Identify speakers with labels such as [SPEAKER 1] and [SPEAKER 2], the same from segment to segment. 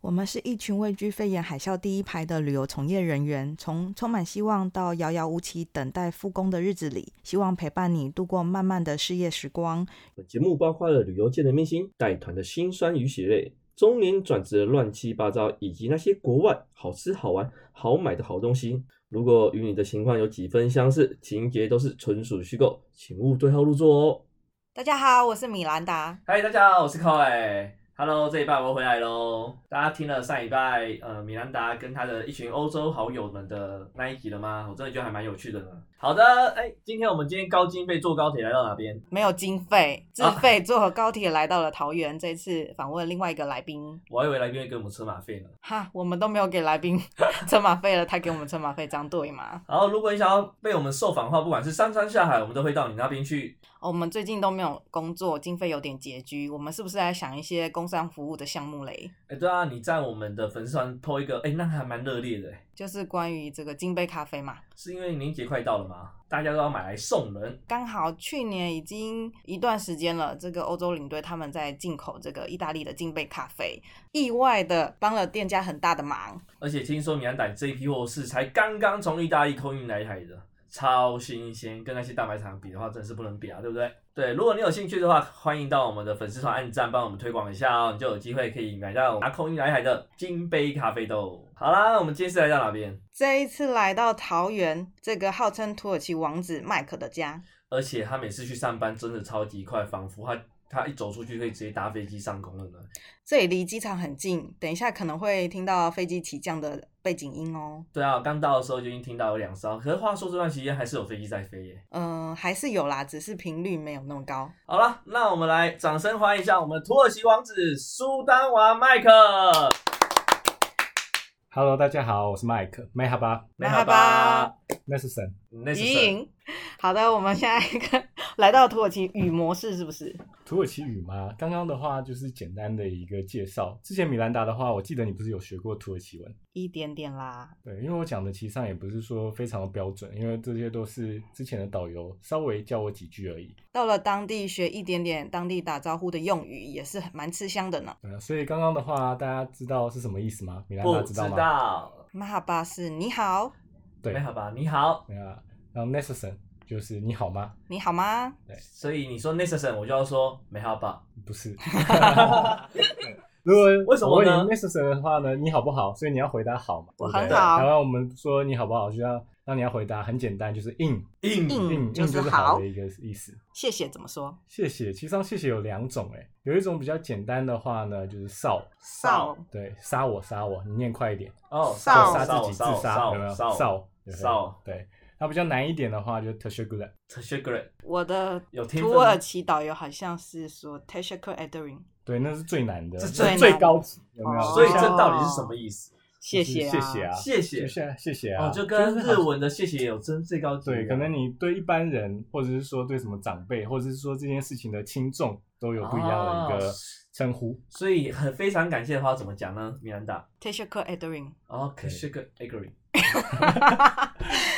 [SPEAKER 1] 我们是一群位居肺炎海啸第一排的旅游从业人员，从充满希望到遥遥无期等待复工的日子里，希望陪伴你度过漫漫的事业时光。
[SPEAKER 2] 本节目包括了旅游界的明星、带团的辛酸与血泪、中年转职的乱七八糟，以及那些国外好吃好玩好买的好东西。如果与你的情况有几分相似，情节都是纯属虚构，请勿对号入座哦。
[SPEAKER 1] 大家好，我是米兰达。
[SPEAKER 3] 嗨，大家好，我是 c o y 欸 Hello，这一拜我又回来喽。大家听了上一拜呃米兰达跟他的一群欧洲好友们的那一集了吗？我真的觉得还蛮有趣的呢。好的，哎，今天我们今天高经费坐高铁来到哪边？
[SPEAKER 1] 没有经费，自费坐高铁来到了桃园。这次访问另外一个来宾，
[SPEAKER 3] 我还以为来宾会给我们车马费呢。
[SPEAKER 1] 哈，我们都没有给来宾 车马费了，他给我们车马费，这样对吗？
[SPEAKER 3] 然后，如果你想要被我们受访的话，不管是上山下海，我们都会到你那边去。
[SPEAKER 1] 哦我们最近都没有工作，经费有点拮据，我们是不是来想一些工商服务的项目嘞？
[SPEAKER 3] 哎，对啊，你在我们的粉丝团 PO 一个，哎，那还蛮热烈的。哎
[SPEAKER 1] 就是关于这个金杯咖啡嘛，
[SPEAKER 3] 是因为年节快到了嘛，大家都要买来送人。
[SPEAKER 1] 刚好去年已经一段时间了，这个欧洲领队他们在进口这个意大利的金杯咖啡，意外的帮了店家很大的忙。
[SPEAKER 3] 而且听说米兰达这一批货是才刚刚从意大利空运来台的，超新鲜，跟那些大卖场比的话，真的是不能比啊，对不对？对，如果你有兴趣的话，欢迎到我们的粉丝团按赞，帮我们推广一下哦，你就有机会可以买到拿空运来台的金杯咖啡豆。好啦，我们今天是来到哪边？
[SPEAKER 1] 这一次来到桃园，这个号称土耳其王子麦克的家，
[SPEAKER 3] 而且他每次去上班真的超级快，仿佛他他一走出去可以直接搭飞机上空了呢。
[SPEAKER 1] 这里离机场很近，等一下可能会听到飞机起降的背景音哦。
[SPEAKER 3] 对啊，我刚到的时候就已经听到有两艘，可是话说这段期间还是有飞机在飞耶。
[SPEAKER 1] 嗯、还是有啦，只是频率没有那么高。
[SPEAKER 3] 好了，那我们来掌声欢迎一下我们土耳其王子苏丹娃麦克。
[SPEAKER 4] Hello，大家好，我是 Mike，麦哈巴，
[SPEAKER 1] 麦哈巴，
[SPEAKER 4] 那是神。
[SPEAKER 3] 那是
[SPEAKER 1] 移
[SPEAKER 3] 谁？
[SPEAKER 1] 影。好的，我们现在看来到土耳其语模式是不是？
[SPEAKER 4] 土耳其语吗？刚刚的话就是简单的一个介绍。之前米兰达的话，我记得你不是有学过土耳其文？
[SPEAKER 1] 一点点啦，
[SPEAKER 4] 对，因为我讲的其实上也不是说非常的标准，因为这些都是之前的导游稍微教我几句而已。
[SPEAKER 1] 到了当地学一点点当地打招呼的用语，也是很蛮吃香的呢。
[SPEAKER 4] 对啊，所以刚刚的话，大家知道是什么意思吗？米兰
[SPEAKER 3] 不
[SPEAKER 4] 达
[SPEAKER 3] 知
[SPEAKER 4] 道吗？
[SPEAKER 3] 道。
[SPEAKER 1] 马哈巴是你好，
[SPEAKER 4] 对，
[SPEAKER 3] 没好吧？你好。
[SPEAKER 4] 对啊，然后 n e s s o n 就是你好吗？
[SPEAKER 1] 你好吗？
[SPEAKER 3] 所以你说 n e s s o n 我就要说没好吧。
[SPEAKER 4] 不 是。如果
[SPEAKER 3] 为什么
[SPEAKER 4] 我问你
[SPEAKER 3] 呢
[SPEAKER 4] n e s s o n 的话呢，你好不好？所以你要回答好嘛？
[SPEAKER 1] 我
[SPEAKER 4] 对不
[SPEAKER 1] 很
[SPEAKER 4] 对
[SPEAKER 1] 好
[SPEAKER 4] 台湾我们说你好不好，就要让你要回答很简单，就是硬
[SPEAKER 3] 硬
[SPEAKER 1] 硬
[SPEAKER 4] 硬
[SPEAKER 1] 嗯就
[SPEAKER 4] 就是是
[SPEAKER 1] 好
[SPEAKER 4] 好的一个意思。
[SPEAKER 1] 谢谢怎么说？
[SPEAKER 4] 谢谢，其实上谢谢有两种诶，有一种比较简单的话呢，就是少，
[SPEAKER 1] 少
[SPEAKER 4] 对，杀我杀我，你念快一点，
[SPEAKER 3] 哦，
[SPEAKER 1] 少
[SPEAKER 4] 就杀
[SPEAKER 3] 少
[SPEAKER 4] 自己自杀，有没有？
[SPEAKER 3] 少
[SPEAKER 4] 少有没有
[SPEAKER 3] 少
[SPEAKER 4] 对。那比较难一点的话，就是 t e s h g u l a
[SPEAKER 3] s u g a r
[SPEAKER 1] 我的
[SPEAKER 3] 有天
[SPEAKER 1] 土
[SPEAKER 3] 分吗
[SPEAKER 1] 耳其导游好像是说 t e s h a k u r e d e r i n
[SPEAKER 4] 对，那是最难的，
[SPEAKER 3] 这
[SPEAKER 4] 这
[SPEAKER 1] 最
[SPEAKER 4] 是最
[SPEAKER 1] 难
[SPEAKER 4] 高级，有没有？
[SPEAKER 1] 哦
[SPEAKER 3] 所以这
[SPEAKER 4] 就像
[SPEAKER 3] 到底是什么意思？
[SPEAKER 1] 谢
[SPEAKER 4] 就是
[SPEAKER 1] 谢啊，
[SPEAKER 4] 谢谢啊，
[SPEAKER 3] 谢谢
[SPEAKER 4] 就。像谢谢啊，
[SPEAKER 3] 哦，就跟
[SPEAKER 4] 是
[SPEAKER 3] 日文的谢谢有真最高级一样。啊
[SPEAKER 4] 对，可能你对一般人，或者是说对什么长辈，或者是说这件事情的轻重，都有不一样的一
[SPEAKER 3] 哦
[SPEAKER 4] 个称呼。
[SPEAKER 3] 所以很非常感谢的话怎么讲呢？米兰达。
[SPEAKER 1] t e s h a k u r e d e r i n
[SPEAKER 3] 哦 k s u g a r agree。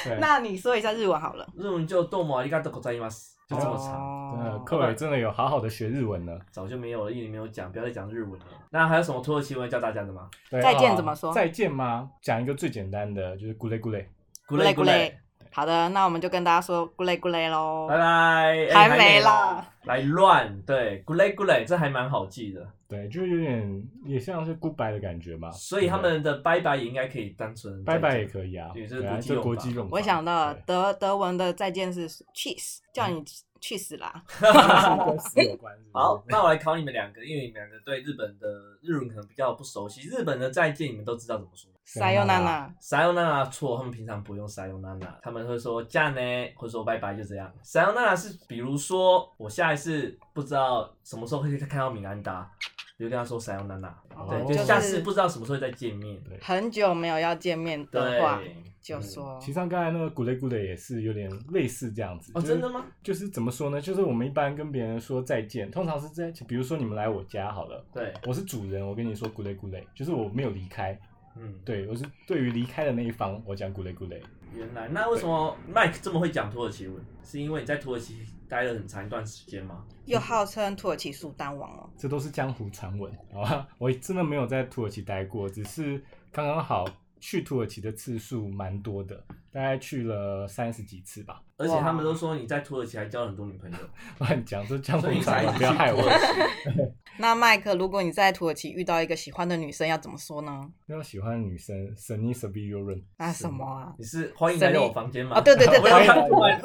[SPEAKER 4] 对，
[SPEAKER 1] 那你说一下日文好了，
[SPEAKER 3] 日文就どうもありがとうございます，就这么长。
[SPEAKER 4] 呃，
[SPEAKER 1] 哦
[SPEAKER 4] 克伟真的有好好的学日文呢。
[SPEAKER 3] 早就没有了，一直没有讲，不要再讲日文了。那还有什么土耳其文教大家的吗？
[SPEAKER 4] 对
[SPEAKER 1] 再见
[SPEAKER 4] 啊
[SPEAKER 1] 怎么说
[SPEAKER 4] 再见吗？讲一个最简单的，就是 g u l e g u l e
[SPEAKER 3] 古
[SPEAKER 1] 累
[SPEAKER 3] 古
[SPEAKER 1] 咕累，好的，那我们就跟大家说咕嘞咕嘞喽，
[SPEAKER 3] 拜拜。哎
[SPEAKER 1] 还没
[SPEAKER 3] 没
[SPEAKER 1] 啦，
[SPEAKER 3] 来乱对，古雷古雷，这还蛮好记的。
[SPEAKER 4] 对，就有点也像是 goodbye 的感觉嘛。
[SPEAKER 3] 所以他们的拜拜也应该可以单纯
[SPEAKER 4] 拜拜
[SPEAKER 3] 再
[SPEAKER 4] 也
[SPEAKER 3] 见
[SPEAKER 4] 可以啊，
[SPEAKER 3] 也是
[SPEAKER 4] 对啊
[SPEAKER 3] 国际
[SPEAKER 4] 就
[SPEAKER 3] 用
[SPEAKER 4] 国
[SPEAKER 3] 法
[SPEAKER 4] 际用法。
[SPEAKER 1] 我想到了
[SPEAKER 4] 对
[SPEAKER 1] 德德文的再见是 cheese，叫你去死啦！
[SPEAKER 4] 就是跟死有关。是不是
[SPEAKER 3] 好，那我来考你们两个，因为你们两个对日本的日文可能比较不熟悉。日本的再见你们都知道怎么说吗？
[SPEAKER 1] 塞尤娜娜，
[SPEAKER 3] 撒由那拉错，他们平常不用撒由那拉，他们会说加呢，会说拜拜，就这样。撒由那拉是比如说我下一次不知道什么时候会看到米兰达，你就跟他说撒由那拉，对，
[SPEAKER 4] 哦
[SPEAKER 3] 就
[SPEAKER 1] 就是
[SPEAKER 3] 下次不知道什么时候会再见面。
[SPEAKER 4] 对
[SPEAKER 1] 很久没有要见面的
[SPEAKER 3] 对
[SPEAKER 1] 话，，就
[SPEAKER 4] 嗯
[SPEAKER 1] 说
[SPEAKER 4] 其实上刚才那个 g u l e g u l e 也是有点类似这样子。
[SPEAKER 3] 哦，
[SPEAKER 4] 就是
[SPEAKER 3] 真的吗？
[SPEAKER 4] 就是怎么说呢？就是我们一般跟别人说再见，通常是在，比如说你们来我家好了，
[SPEAKER 3] 对，
[SPEAKER 4] 我是主人，我跟你说 g o o d day good day，就是我没有离开，
[SPEAKER 3] 嗯，
[SPEAKER 4] 对我是对于离开的那一方，我讲 good day good day，
[SPEAKER 3] 原来那为什么 Mike 这么会讲土耳其文？是因为你在土耳其待了很长一段时间吗？
[SPEAKER 1] 又号称土耳其苏丹王哦，
[SPEAKER 4] 这都是江湖传闻好吧？我真的没有在土耳其待过，只是刚刚好去土耳其的次数蛮多的，大概去了三十几次吧。
[SPEAKER 3] 而且他们都说你在土耳其还交了很多女朋友，
[SPEAKER 4] 乱讲，这江湖
[SPEAKER 3] 所以你
[SPEAKER 4] 传
[SPEAKER 3] 才
[SPEAKER 4] 闻，不要害我
[SPEAKER 3] 去土。耳其
[SPEAKER 1] 那麦克，如果你在土耳其遇到一个喜欢的女生，要怎么说呢？
[SPEAKER 4] 那我喜欢的女生 s a n i s a b i u r n
[SPEAKER 1] 啊，什么啊？
[SPEAKER 3] 你是欢迎来到我房间吗？
[SPEAKER 1] 哦，对对对
[SPEAKER 3] 不要
[SPEAKER 1] 对，
[SPEAKER 3] 看出来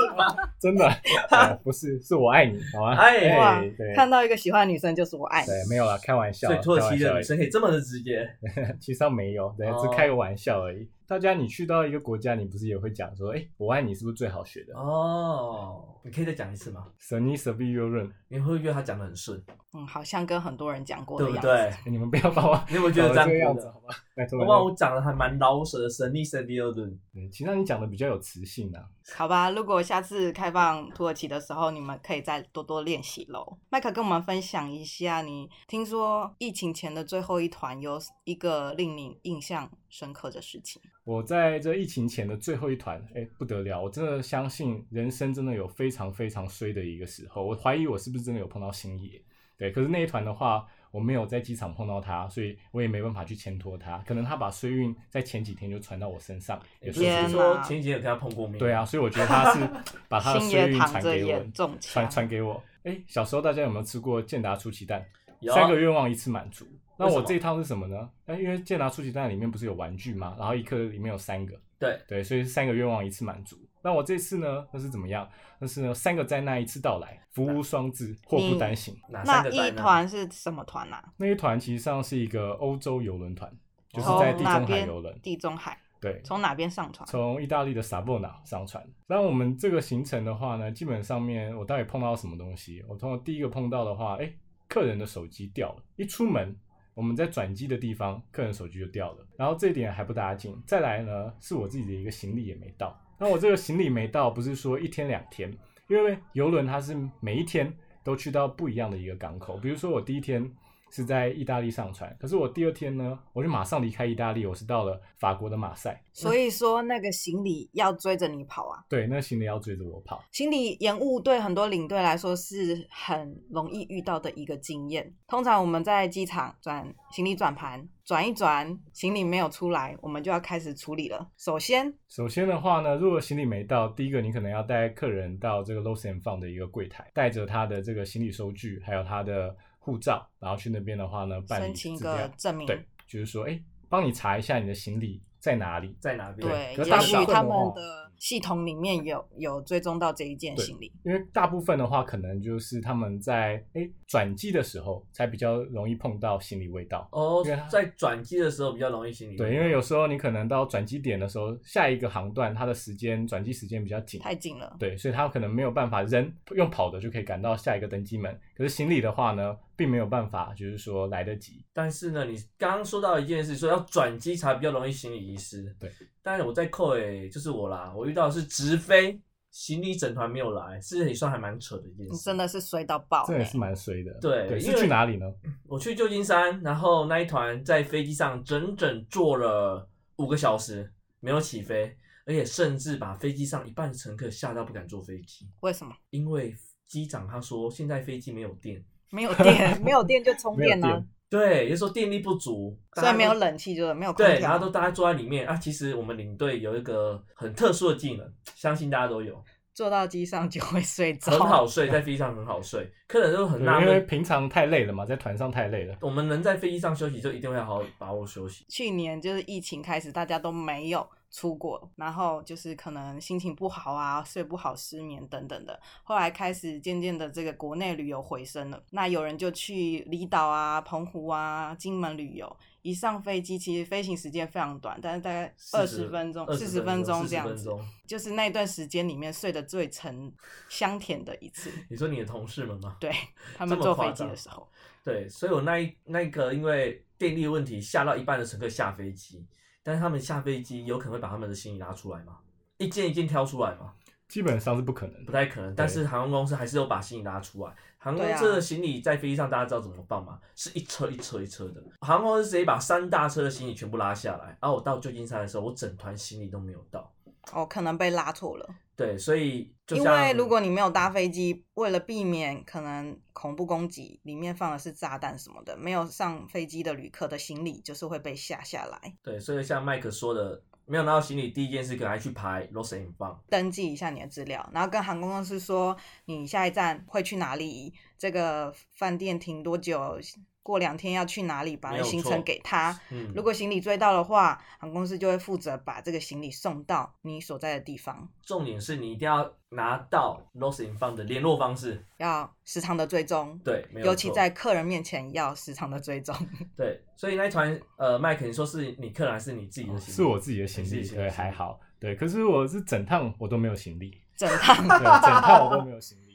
[SPEAKER 4] 真的、呃不是，是我爱你，好吗？
[SPEAKER 3] 哎
[SPEAKER 1] 哇
[SPEAKER 4] 对对
[SPEAKER 1] 看到一个喜欢的女生就是我爱你。
[SPEAKER 4] 对，没有啦，开玩笑
[SPEAKER 3] 所
[SPEAKER 4] 啦，
[SPEAKER 3] 以土耳其
[SPEAKER 4] 开
[SPEAKER 3] 的
[SPEAKER 4] 玩
[SPEAKER 3] 女
[SPEAKER 4] 笑
[SPEAKER 3] 生可以这么的直接，
[SPEAKER 4] 而已 其实上没有，对，
[SPEAKER 3] 哦
[SPEAKER 4] 只开个玩笑而已。大家你去到一个国家，你不是也会讲说，哎，我爱你是不是最好学的
[SPEAKER 3] 哦，你可以再讲一次吗？
[SPEAKER 4] s a n i s a b i u r n
[SPEAKER 3] 你会不会觉得他讲的很顺，
[SPEAKER 1] 嗯，好像跟很多人讲过的
[SPEAKER 3] 对不
[SPEAKER 1] 样子。
[SPEAKER 3] 对？
[SPEAKER 4] 你们不要把我
[SPEAKER 3] 你有没有觉
[SPEAKER 4] 搞
[SPEAKER 3] 得
[SPEAKER 4] 得
[SPEAKER 3] 这
[SPEAKER 4] 哦这个
[SPEAKER 3] 样
[SPEAKER 4] 样
[SPEAKER 3] 子
[SPEAKER 4] 子，？好吧？ 拜托
[SPEAKER 3] 我
[SPEAKER 4] 拜
[SPEAKER 3] 哇，
[SPEAKER 4] 托
[SPEAKER 3] 我讲的还蛮老舍的，神力神力二顿。
[SPEAKER 4] 对其实让你讲的比较有磁性啊。
[SPEAKER 1] 好吧，如果下次开放土耳其的时候，你们可以再多多练习喽。麦克跟我们分享一下你，听说疫情前的最后一团有一个令你印象深刻的事情。
[SPEAKER 4] 我在这疫情前的最后一团，哎，不得了！我真的相信人生真的有非常非常衰的一个时候，我怀疑我是不是真的有碰到星爷。对，可是那一团的话，我没有在机场碰到他，所以我也没办法去牵拖他。可能他把衰运在前几天就传到我身上，也
[SPEAKER 3] 你
[SPEAKER 4] 是
[SPEAKER 3] 不是
[SPEAKER 1] 天
[SPEAKER 3] 说
[SPEAKER 1] 哪
[SPEAKER 3] 前几天有跟他碰过面？
[SPEAKER 4] 对啊，，所以我觉得他 是把他的
[SPEAKER 1] 星
[SPEAKER 4] 衰
[SPEAKER 1] 爷
[SPEAKER 4] 运
[SPEAKER 1] 躺
[SPEAKER 4] 传
[SPEAKER 1] 着
[SPEAKER 4] 给
[SPEAKER 1] 也
[SPEAKER 4] 我，
[SPEAKER 1] 中枪
[SPEAKER 4] 传，传给我。哎，小时候大家有没有吃过健达出奇蛋？
[SPEAKER 3] 有啊
[SPEAKER 4] 三个愿望一次满足。那
[SPEAKER 3] 为什
[SPEAKER 4] 我
[SPEAKER 3] 么
[SPEAKER 4] 这一套是什么呢？那因为健达出奇蛋里面不是有玩具吗？然后一颗里面有三个，
[SPEAKER 3] 对，
[SPEAKER 4] 对，所以是三个愿望一次满足。那我这次呢？那是怎么样？那是呢三个灾难一次到来，福无双至，祸不单行。
[SPEAKER 3] 哪三
[SPEAKER 1] 那
[SPEAKER 3] 个在
[SPEAKER 1] 一
[SPEAKER 3] 呢？
[SPEAKER 1] 团是什么团啊？
[SPEAKER 4] 那一团其实上是一个欧洲游轮团，就是
[SPEAKER 1] 从
[SPEAKER 4] 在地
[SPEAKER 1] 哦哪
[SPEAKER 4] 中海
[SPEAKER 1] 边
[SPEAKER 4] 游轮，
[SPEAKER 1] 地中海
[SPEAKER 4] 对，
[SPEAKER 1] 从哪边上船？
[SPEAKER 4] 从意大利的萨博纳上船。那我们这个行程的话呢，基本上面我到底碰到什么东西？我通常第一个碰到的话，哎，客人的手机掉了，一出门。我们在转机的地方，客人手机就掉了，然后这一点还不打紧。再来呢，是我自己的一个行李也没到。那我这个行李没到，不是说一天两天，因为游轮它是每一天都去到不一样的一个港口。比如说我第一天是在意大利上船，可是我第二天呢，我就马上离开意大利，我是到了法国的马赛。
[SPEAKER 1] 所以说那个行李要追着你跑啊，
[SPEAKER 4] 对，那个行李要追着我跑。
[SPEAKER 1] 行李延误对很多领队来说是很容易遇到的一个经验。通常我们在机场转行李转盘，转一转，行李没有出来，我们就要开始处理了。首先，
[SPEAKER 4] 首先的话呢，如果行李没到，第一个你可能要带客人到这个 Lost and Found 的一个柜台，带着他的这个行李收据，还有他的护照，然后去那边的话呢，办
[SPEAKER 1] 申
[SPEAKER 4] 理
[SPEAKER 1] 请一
[SPEAKER 4] 资料
[SPEAKER 1] 个证明，
[SPEAKER 4] 对，就是说，哎，帮你查一下你的行李在哪里。
[SPEAKER 3] 在哪边？
[SPEAKER 1] 对，
[SPEAKER 4] 可是
[SPEAKER 1] 也
[SPEAKER 4] 大部
[SPEAKER 1] 许
[SPEAKER 4] 分
[SPEAKER 1] 他
[SPEAKER 4] 的
[SPEAKER 1] 们
[SPEAKER 4] 话
[SPEAKER 1] 的系统里面有有追踪到这一件
[SPEAKER 4] 哦对
[SPEAKER 1] 行李。
[SPEAKER 4] 因为大部分的话，可能就是他们在哎转机的时候才比较容易碰到行李味道。
[SPEAKER 3] 哦
[SPEAKER 4] 因为他，
[SPEAKER 3] 在转机的时候比较容易行李。
[SPEAKER 4] 对，因为有时候你可能到转机点的时候，下一个航段它的时间转机时间比较紧，
[SPEAKER 1] 太近了，
[SPEAKER 4] 对，所以他可能没有办法人用跑的就可以赶到下一个登机门，可是行李的话呢，并没有办法，就是说来得及。
[SPEAKER 3] 但是呢，你刚刚说到一件事，说要转机才比较容易行李遗失。
[SPEAKER 4] 对，
[SPEAKER 3] 但是我在扣诶，就是我啦，我遇到的是直飞，行李整团没有来，是也算还蛮扯的一件
[SPEAKER 1] 你
[SPEAKER 3] 事。
[SPEAKER 1] 真的是衰到爆、
[SPEAKER 4] 这也
[SPEAKER 1] 欸！
[SPEAKER 4] 是蛮衰的。
[SPEAKER 3] 对因
[SPEAKER 4] 是
[SPEAKER 3] 为
[SPEAKER 4] 去哪里呢？
[SPEAKER 3] 我去旧金山，然后那一团在飞机上整整坐了五个小时，没有起飞，而且甚至把飞机上一半乘客吓到不敢坐飞机，
[SPEAKER 1] 为什么
[SPEAKER 3] 因为机长他说现在飞机没有电，
[SPEAKER 1] 没有 电？没有电就充
[SPEAKER 4] 没有
[SPEAKER 1] 电啊
[SPEAKER 4] 电，
[SPEAKER 3] 对，也就是说电力不足，
[SPEAKER 1] 虽然没有
[SPEAKER 3] 大家都
[SPEAKER 1] 冷气，就是没有空
[SPEAKER 3] 对，然
[SPEAKER 1] 调
[SPEAKER 3] 后都。大家坐在里面啊。其实我们领队有一个很特殊的技能，相信大家都有，
[SPEAKER 1] 坐到机上就会睡着，
[SPEAKER 3] 很好睡，在飞机上很 好睡。客人都很
[SPEAKER 4] 对
[SPEAKER 3] 纳
[SPEAKER 4] 因为
[SPEAKER 3] 闷，
[SPEAKER 4] 平常太累了嘛，在团上太累了。
[SPEAKER 3] 我们能在飞机上休息，就一定会好好把握休息。
[SPEAKER 1] 去年就是疫情开始，大家都没有出国，然后就是可能心情不好啊，睡不好、失眠等等的。后来开始渐渐的，这个国内旅游回升了，那有人就去离岛啊、澎湖啊、金门旅游。一上飞机，其实飞行时间非常短，但是大概二十分钟、四十
[SPEAKER 3] 40
[SPEAKER 1] 分钟
[SPEAKER 3] 40
[SPEAKER 1] 这样
[SPEAKER 3] 分
[SPEAKER 1] 子，
[SPEAKER 3] 钟
[SPEAKER 1] 就是那段时间里面睡得最沉、香甜的一次。
[SPEAKER 3] 你说你的同事们吗？
[SPEAKER 1] 对他们
[SPEAKER 3] 这么
[SPEAKER 1] 坐
[SPEAKER 3] 夸
[SPEAKER 1] 飞机
[SPEAKER 3] 张
[SPEAKER 1] 的时候，
[SPEAKER 3] 对，所以我那一那个因为电力问题吓到一半的乘客下飞机，但是他们下飞机有可能会把他们的行李拿出来吗？一件一件挑出来吗？
[SPEAKER 4] 基本上是不可能
[SPEAKER 3] 不
[SPEAKER 4] 的。
[SPEAKER 3] 太可能。但是航空公司还是有把行李拿出来。航空公司
[SPEAKER 1] 对啊
[SPEAKER 3] 的行李在飞机上，大家知道怎么放吗？是一车一车一车的。航空公司直接把三大车的行李全部拉下来。然后我到旧金山的时候，我整团行李都没有到，
[SPEAKER 1] 哦，可能被拉错了。
[SPEAKER 3] 对，所以就
[SPEAKER 1] 因
[SPEAKER 3] 像
[SPEAKER 1] 为如果你没有搭飞机，为了避免可能恐怖攻击，里面放的是炸弹什么的，没有上飞机的旅客的行李就是会被下下来，
[SPEAKER 3] 对，所以像麦克说的，没有拿到行李，第一件事可能还去排 Lost and Found。
[SPEAKER 1] 登记一下你的资料，然后跟航空公司说你下一站会去哪里，这个饭店停多久，过两天要去哪里，把
[SPEAKER 3] 没
[SPEAKER 1] 你
[SPEAKER 3] 有
[SPEAKER 1] 行
[SPEAKER 3] 错
[SPEAKER 1] 程给他。
[SPEAKER 3] 嗯，
[SPEAKER 1] 如果行李追到的话，航空公司就会负责把这个行李送到你所在的地方，
[SPEAKER 3] 重点是你一定要拿到 Lost and Found 的联络方式。
[SPEAKER 1] 要时常的追踪。
[SPEAKER 3] 对，没有
[SPEAKER 1] 尤其
[SPEAKER 3] 错
[SPEAKER 1] 在客人面前要时常的追踪，
[SPEAKER 3] 对，所以那一团呃，麦克，你说是你客人还是你自己的行李？
[SPEAKER 4] 哦是我自己的行
[SPEAKER 3] 自己
[SPEAKER 4] 李，
[SPEAKER 3] 行
[SPEAKER 4] 对，
[SPEAKER 3] 李
[SPEAKER 4] 还好，对。可是我是整趟我都没有行李，
[SPEAKER 1] 整趟
[SPEAKER 4] 对，整趟我都没有行李，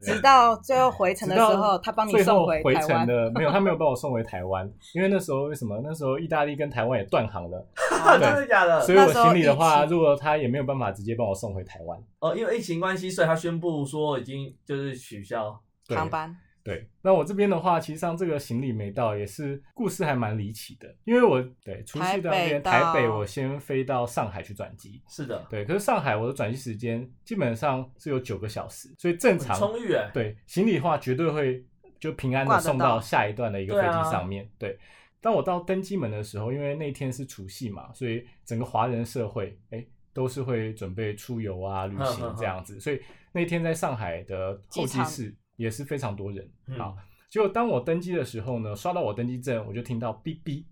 [SPEAKER 4] 对
[SPEAKER 1] 直到最后回程的时
[SPEAKER 4] 直到
[SPEAKER 1] 候，他帮你
[SPEAKER 4] 最
[SPEAKER 1] 送
[SPEAKER 4] 后
[SPEAKER 1] 回
[SPEAKER 4] 回
[SPEAKER 1] 台湾
[SPEAKER 4] 程。的 没有，他没有把我送回台湾，因为那时候为什么？那时候意大利跟台湾也断航了，
[SPEAKER 1] 哦
[SPEAKER 3] 啊，真
[SPEAKER 4] 对
[SPEAKER 3] 的假
[SPEAKER 1] 呃
[SPEAKER 3] 的？
[SPEAKER 4] 所以
[SPEAKER 1] 那
[SPEAKER 4] 我
[SPEAKER 1] 时候
[SPEAKER 4] 行李的话，
[SPEAKER 1] 疫情
[SPEAKER 4] 如果他也没有办法直接帮我送回台 湾，
[SPEAKER 3] 哦，因为疫情关系，所以他宣布说已经就是取消。
[SPEAKER 4] 对
[SPEAKER 1] 航班，
[SPEAKER 4] 对，那我这边的话，其实上这个行李没到，也是故事还蛮离奇的，因为我对除夕当
[SPEAKER 1] 台北
[SPEAKER 4] 天台
[SPEAKER 1] 到
[SPEAKER 4] 北，我先飞到上海去转机，
[SPEAKER 3] 是的，
[SPEAKER 4] 对，可是上海我的转机时间基本上是有九个小时，所以
[SPEAKER 3] 很
[SPEAKER 4] 正常
[SPEAKER 3] 充裕哎。
[SPEAKER 4] 对行李的话绝对会就平安
[SPEAKER 1] 挂
[SPEAKER 4] 的
[SPEAKER 1] 得
[SPEAKER 4] 送
[SPEAKER 1] 到
[SPEAKER 4] 到下一段的一个
[SPEAKER 3] 对
[SPEAKER 4] 飞
[SPEAKER 3] 啊
[SPEAKER 4] 机上面，对。当我到登机门的时候，因为那天是除夕嘛，所以整个华人社会哎都是会准备出游啊、旅
[SPEAKER 3] 哼
[SPEAKER 4] 行
[SPEAKER 3] 哼
[SPEAKER 4] 这样子，所以那天在上海的
[SPEAKER 1] 机
[SPEAKER 4] 候机
[SPEAKER 1] 场
[SPEAKER 4] 室也是非常多人。
[SPEAKER 3] 嗯
[SPEAKER 4] 好，结果当我登机的时候呢，刷到我登机证，我就听到哔哔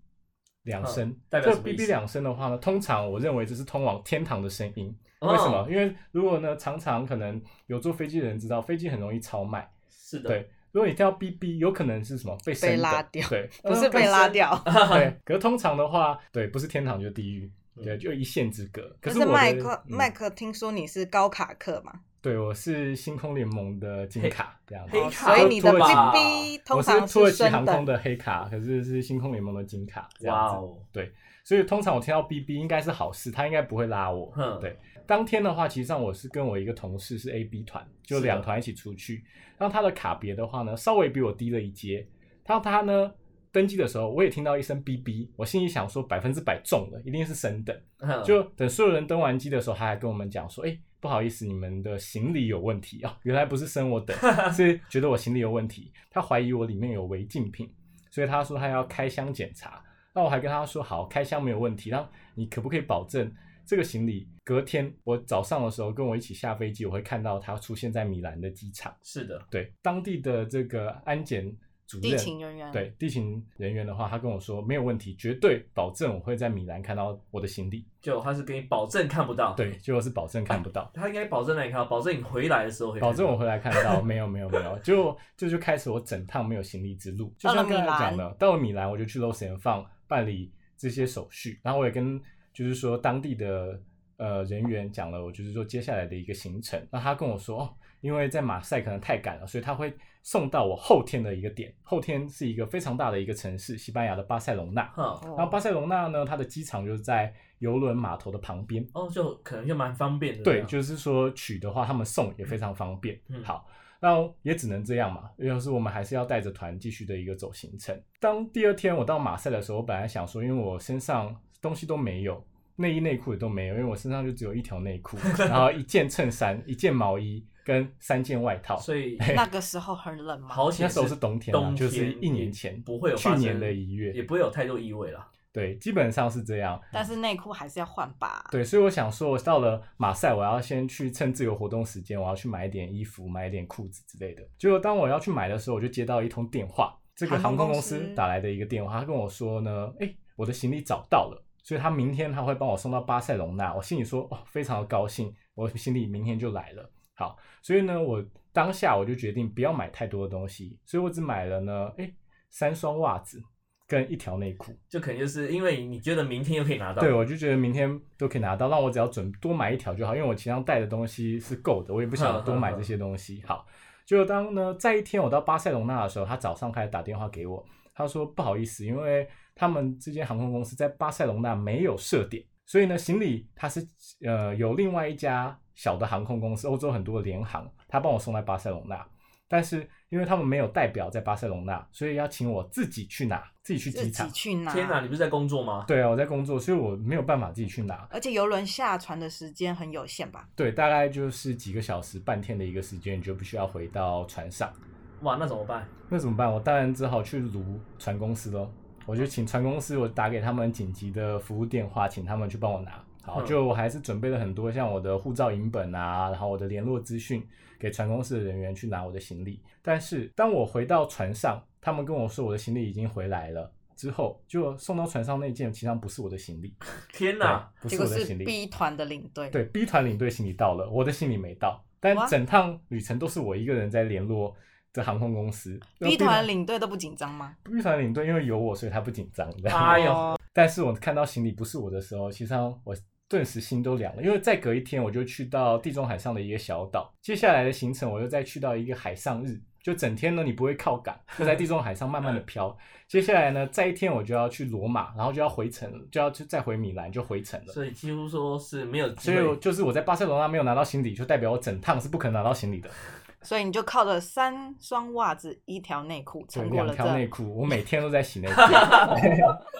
[SPEAKER 4] 两声。
[SPEAKER 3] 嗯代表
[SPEAKER 4] 这
[SPEAKER 3] 什么意
[SPEAKER 4] 哔
[SPEAKER 3] 思
[SPEAKER 4] 哔两声的话呢，通常我认为这是通往天堂的声音。
[SPEAKER 3] 哦
[SPEAKER 4] 为什么？？因为如果呢，常常可能有坐飞机的人知道，飞机很容易超卖。
[SPEAKER 3] 是的，
[SPEAKER 4] 对，如果你听到哔哔，有可能是什么被升
[SPEAKER 1] 被
[SPEAKER 4] 等
[SPEAKER 1] 拉掉
[SPEAKER 4] 对，
[SPEAKER 1] 不是被拉掉，
[SPEAKER 4] 对。可是通常的话，对，不是天堂就是地狱，对，就一线之隔。可
[SPEAKER 1] 但
[SPEAKER 4] 是我的
[SPEAKER 1] 嗯麦克
[SPEAKER 4] 嗯
[SPEAKER 1] 麦克听说你是高卡客嘛，
[SPEAKER 4] 对，我是星空联盟的金卡这样子
[SPEAKER 3] 黑。
[SPEAKER 1] 哦
[SPEAKER 3] 卡
[SPEAKER 1] 所以你的
[SPEAKER 4] 土耳其
[SPEAKER 1] BB 通
[SPEAKER 4] 我是
[SPEAKER 1] 常
[SPEAKER 4] 土耳其
[SPEAKER 1] 升
[SPEAKER 4] 航空
[SPEAKER 1] 等，
[SPEAKER 4] 的黑卡，可是是星空联盟的金卡这样
[SPEAKER 3] 哇
[SPEAKER 4] 子。
[SPEAKER 3] 哦，
[SPEAKER 4] 所以通常我听到哔哔应该是好事，他应该不会拉我
[SPEAKER 3] 哼。
[SPEAKER 4] 对，当天的话，其实上我是跟我一个同事是 A B 团，就是
[SPEAKER 3] 的
[SPEAKER 4] 两团一起出去。然后他的卡别的话呢，稍微比我低了一阶。然后他呢登机的时候，我也听到一声哔哔，我心里想说百分之百中了，一定是升等。
[SPEAKER 3] 哼
[SPEAKER 4] 就等所有人登完机的时候，他还跟我们讲说，哎、不好意思，你们的行李有问题哦，原来不是升我等，是觉得我行李有问题，他怀疑我里面有违禁品，所以他说他要开箱检查。那我还跟他说，好，开箱没有问题，那你可不可以保证这个行李隔天我早上的时候跟我一起下飞机，我会看到它出现在米兰的机场？
[SPEAKER 3] 是的，
[SPEAKER 4] 对，当地的这个安检主任
[SPEAKER 1] 地。勤人员，
[SPEAKER 4] 对地勤人员的话，他跟我说没有问题，绝对保证我会在米兰看到我的行李。
[SPEAKER 3] 就他是给你保证看不到，，
[SPEAKER 4] 对，结果是保证看不
[SPEAKER 1] 啊
[SPEAKER 4] 到，
[SPEAKER 3] 他应该保证让你看到，保证你回来的时候会看到
[SPEAKER 4] 保证我回来看 到，没有没有没有，就这就开始我整趟没有行李之路。就
[SPEAKER 1] 到了
[SPEAKER 4] 像
[SPEAKER 1] 米
[SPEAKER 4] 刚才
[SPEAKER 1] 兰
[SPEAKER 4] 讲的，到了米兰我就去 Los a n 放办理这些手续，然后我也跟就是说当地的呃人员讲了，我就是说接下来的一个行程。那他跟我说，哦，因为在马赛可能太赶了，所以他会送到我后天的一个点。后天是一个非常大的一个城市，西班牙的巴塞隆纳。
[SPEAKER 3] 哼，
[SPEAKER 1] 哦，
[SPEAKER 4] 然后巴塞隆纳呢，它的机场就是在游轮码头的旁边。
[SPEAKER 3] 哦，就可能就蛮方便的，
[SPEAKER 4] 对，
[SPEAKER 3] 这样
[SPEAKER 4] 就是说取的话，他们送也非常方便。
[SPEAKER 3] 啊嗯
[SPEAKER 4] 好，那也只能这样嘛。要是我们还是要带着团继续的一个走行程。当第二天我到马赛的时候，我本来想说，因为我身上东西都没有，内衣内裤也都没有，因为我身上就只有一条内 裤，然后一件衬衫、一件毛衣跟三件外套。
[SPEAKER 3] 所以
[SPEAKER 1] 那个时候很冷嘛，
[SPEAKER 3] 好险
[SPEAKER 4] 那时候是冬天啊
[SPEAKER 3] 冬天
[SPEAKER 4] 就是一年前
[SPEAKER 3] 不会有
[SPEAKER 4] 去
[SPEAKER 3] 发生
[SPEAKER 4] 年的一月
[SPEAKER 3] 也不会有太多异味啦。
[SPEAKER 4] 对，基本上是这样。
[SPEAKER 1] 但是内裤还是要换吧。
[SPEAKER 4] 对，所以我想说，我到了马赛，我要先去趁自由活动时间，我要去买一点衣服，买一点裤子之类的。结果当我要去买的时候，我就接到一通电话，这个
[SPEAKER 1] 航
[SPEAKER 4] 航
[SPEAKER 1] 空
[SPEAKER 4] 空
[SPEAKER 1] 公
[SPEAKER 4] 公
[SPEAKER 1] 司
[SPEAKER 4] 司打来的一个电话，他跟我说呢，哎，我的行李找到了，所以他明天他会帮我送到巴塞隆纳。我心里说，哦，非常的高兴，我行李明天就来了。好，所以呢，我当下我就决定不要买太多的东西，所以我只买了呢，哎，三双袜子跟一条内裤。
[SPEAKER 3] 就可能就是因为你觉得明天又可以拿到，
[SPEAKER 4] 对，我就觉得明天都可以拿到，那我只要准多买一条就好，因为我其实上带的东西是够的，我也不想多买这些东西。好，就当呢，在一天我到巴塞隆纳的时候，他早上开始打电话给我，他说不好意思，因为他们这间航空公司在巴塞隆纳没有设点，所以呢，行李它是呃有另外一家小的航空公司，欧洲很多的联航，他帮我送来巴塞隆纳。但是因为他们没有代表在巴塞隆纳，所以要请我自己去拿，自己去
[SPEAKER 1] 自
[SPEAKER 4] 机
[SPEAKER 1] 己
[SPEAKER 4] 场。
[SPEAKER 1] 去拿。
[SPEAKER 3] 天哪，你不是在工作吗？
[SPEAKER 4] 对啊，我在工作，所以我没有办法自己去拿。
[SPEAKER 1] 而且游轮下船的时间很有限吧？
[SPEAKER 4] 对，大概就是几个小时、半天的一个时间，你就必须要回到船上。
[SPEAKER 3] 哇，那怎么办？
[SPEAKER 4] 那怎么办？我当然只好去撸船公司喽。我就请船公司，我打给他们紧急的服务电话，请他们去帮我拿。好，
[SPEAKER 3] 嗯
[SPEAKER 4] 就我还是准备了很多，像我的护照影本啊，然后我的联络资讯给船公司的人员去拿我的行李。但是当我回到船上，他们跟我说我的行李已经回来了之后，就送到船上那件，其实上不是我的行李，
[SPEAKER 3] 天哪，
[SPEAKER 4] 对不
[SPEAKER 1] 结
[SPEAKER 4] 是我
[SPEAKER 1] 果
[SPEAKER 4] 的
[SPEAKER 1] 是
[SPEAKER 4] 行李。
[SPEAKER 1] B 团的领队，
[SPEAKER 4] 对，B 团领队行李到了，我的行李没到，但
[SPEAKER 1] 哇
[SPEAKER 4] 整趟旅程都是我一个人在联络这航空公司。
[SPEAKER 1] ，B 团领队都不紧张吗？
[SPEAKER 4] B 团领队因为有我，所以他不紧张。这样
[SPEAKER 3] 哎呦，
[SPEAKER 1] 哦，
[SPEAKER 4] 但是我看到行李不是我的时候，其实上我顿时心都凉了，因为再隔一天我就去到地中海上的一个小岛，接下来的行程我又再去到一个海上日，就整天呢你不会靠港，就在地中海上慢慢 的飘。接下来呢，再一天我就要去罗马，然后就要回程了，就要去再回米兰，就回程了。
[SPEAKER 3] 所以几乎说是没有机
[SPEAKER 4] 所以我
[SPEAKER 3] 会。
[SPEAKER 4] 就是我在巴塞罗那没有拿到行李，就代表我整趟是不可能拿到 行李的。
[SPEAKER 1] 所以你就靠着三双袜子、一条内裤
[SPEAKER 4] 就
[SPEAKER 1] 撑过
[SPEAKER 4] 两
[SPEAKER 1] 了
[SPEAKER 4] 条内
[SPEAKER 1] 这。
[SPEAKER 4] 裤， 我每天都在洗 内裤。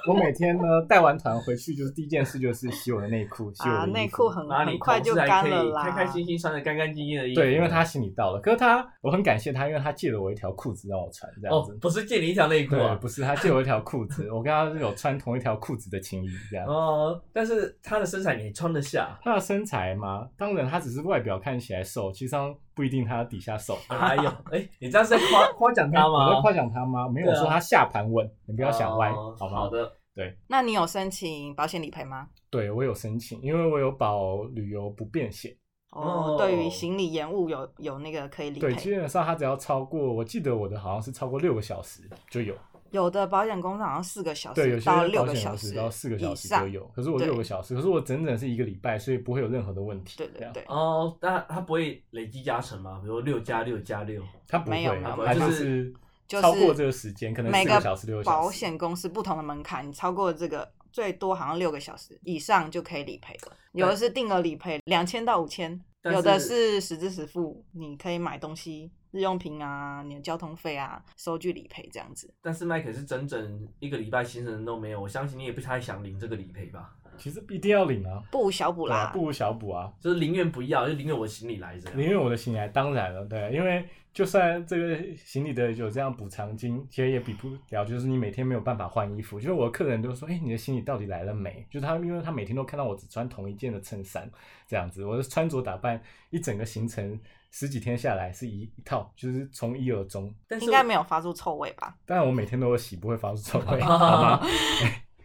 [SPEAKER 4] 我每天呢带完团回去，就是第一件事就是洗我的内 裤，洗我
[SPEAKER 1] 啊，
[SPEAKER 4] 的
[SPEAKER 1] 内
[SPEAKER 4] 衣服
[SPEAKER 1] 裤很
[SPEAKER 3] 那你
[SPEAKER 1] 很快
[SPEAKER 3] 同事
[SPEAKER 1] 就
[SPEAKER 3] 还
[SPEAKER 1] 干
[SPEAKER 3] 可以
[SPEAKER 1] 了啦。
[SPEAKER 3] 开开心心穿的干干净净的衣服。
[SPEAKER 4] 对，因为他行李到了，可是他我很感谢他，因为他借了我一条裤子让我穿，这样
[SPEAKER 3] 哦
[SPEAKER 4] 子。，
[SPEAKER 3] 不是借你一条内裤
[SPEAKER 4] 对，
[SPEAKER 3] 啊。
[SPEAKER 4] 不是他借我一条裤子，我跟他有穿同一条裤子的情谊这样。
[SPEAKER 3] 哦，但是他的身材你穿得下。
[SPEAKER 4] 他的身材嘛，当然他只是外表看起来瘦，其实上不一定他底 下瘦。
[SPEAKER 3] 哎 呦，哎，你这样是在夸夸奖他
[SPEAKER 1] 啊
[SPEAKER 4] 我在
[SPEAKER 3] 吗？
[SPEAKER 4] 夸奖他吗？没有
[SPEAKER 3] 对啊
[SPEAKER 4] 说他下盘稳，你不
[SPEAKER 3] 不
[SPEAKER 4] 要想歪，
[SPEAKER 1] 哦
[SPEAKER 4] 好
[SPEAKER 3] 哦好
[SPEAKER 4] 吗？
[SPEAKER 3] 的，
[SPEAKER 1] 那你有申请保险理赔吗？
[SPEAKER 4] 对我有申请，因为我有保旅游不便险。
[SPEAKER 1] 哦
[SPEAKER 3] 哦，
[SPEAKER 1] 对于行李延误有有那个可以理
[SPEAKER 4] 对，
[SPEAKER 1] 赔
[SPEAKER 4] 基，本上它只要超过，我记得我的好像是超过六个小时就有。
[SPEAKER 1] 有的保险公司好像四个小
[SPEAKER 4] 对，
[SPEAKER 1] 时
[SPEAKER 4] 有些
[SPEAKER 1] 哦到
[SPEAKER 4] 保
[SPEAKER 1] 六
[SPEAKER 4] 险
[SPEAKER 1] 个
[SPEAKER 4] 公
[SPEAKER 1] 小
[SPEAKER 4] 司
[SPEAKER 1] 时
[SPEAKER 4] 到四个小
[SPEAKER 1] 以
[SPEAKER 4] 时
[SPEAKER 1] 上
[SPEAKER 4] 都。有，可是我
[SPEAKER 1] 对
[SPEAKER 4] 六个小时，可是我整整是一个礼拜，所以不会有任何的问题。
[SPEAKER 1] 对
[SPEAKER 4] 这
[SPEAKER 1] 对
[SPEAKER 4] 样，
[SPEAKER 1] 对，
[SPEAKER 3] 哦，那他不会累积加成吗？比如六加六加六，
[SPEAKER 4] 它不
[SPEAKER 1] 没有
[SPEAKER 4] 会，
[SPEAKER 1] 没
[SPEAKER 3] 有
[SPEAKER 4] 它
[SPEAKER 3] 就是
[SPEAKER 1] 就
[SPEAKER 4] 超过
[SPEAKER 1] 是
[SPEAKER 4] 这个时间，可能
[SPEAKER 1] 每
[SPEAKER 4] 四
[SPEAKER 1] 个
[SPEAKER 4] 小时、六个小时。
[SPEAKER 1] 保险公司不同的门槛，你超过这个最多好像六个小时以上就可以理赔了。有的是定额理赔，两千到五千；
[SPEAKER 3] 但
[SPEAKER 1] 有的
[SPEAKER 3] 是
[SPEAKER 1] 是实支实付，你可以买东西、日用品啊、你的交通费啊、收据理赔这样子。
[SPEAKER 3] 但是麦克是整整一个礼拜行程都没有，我相信你也不太想领这个理赔吧？
[SPEAKER 4] 其实一定要领啊，
[SPEAKER 1] 不无小补
[SPEAKER 4] 对啊
[SPEAKER 1] 啦，，
[SPEAKER 4] 不如小补啊，
[SPEAKER 3] 就是宁愿不要，就宁愿我行李来这啊样。
[SPEAKER 4] 宁愿我的行李来，当然了，对，因为就算这个行李的有这样补偿金，其实也比不了，就是你每天没有办法换衣服。就是我的客人都说，哎、你的行李到底来了没？就是他，因为他每天都看到我只穿同一件的衬衫，这样子，我的穿着打扮一整个行程十几天下来是一一套，就是从一而终。
[SPEAKER 3] 但是
[SPEAKER 1] 应该没有发出臭味吧？
[SPEAKER 4] 当然我每天都有洗，不会发出臭味，好
[SPEAKER 3] 啊
[SPEAKER 4] 吗？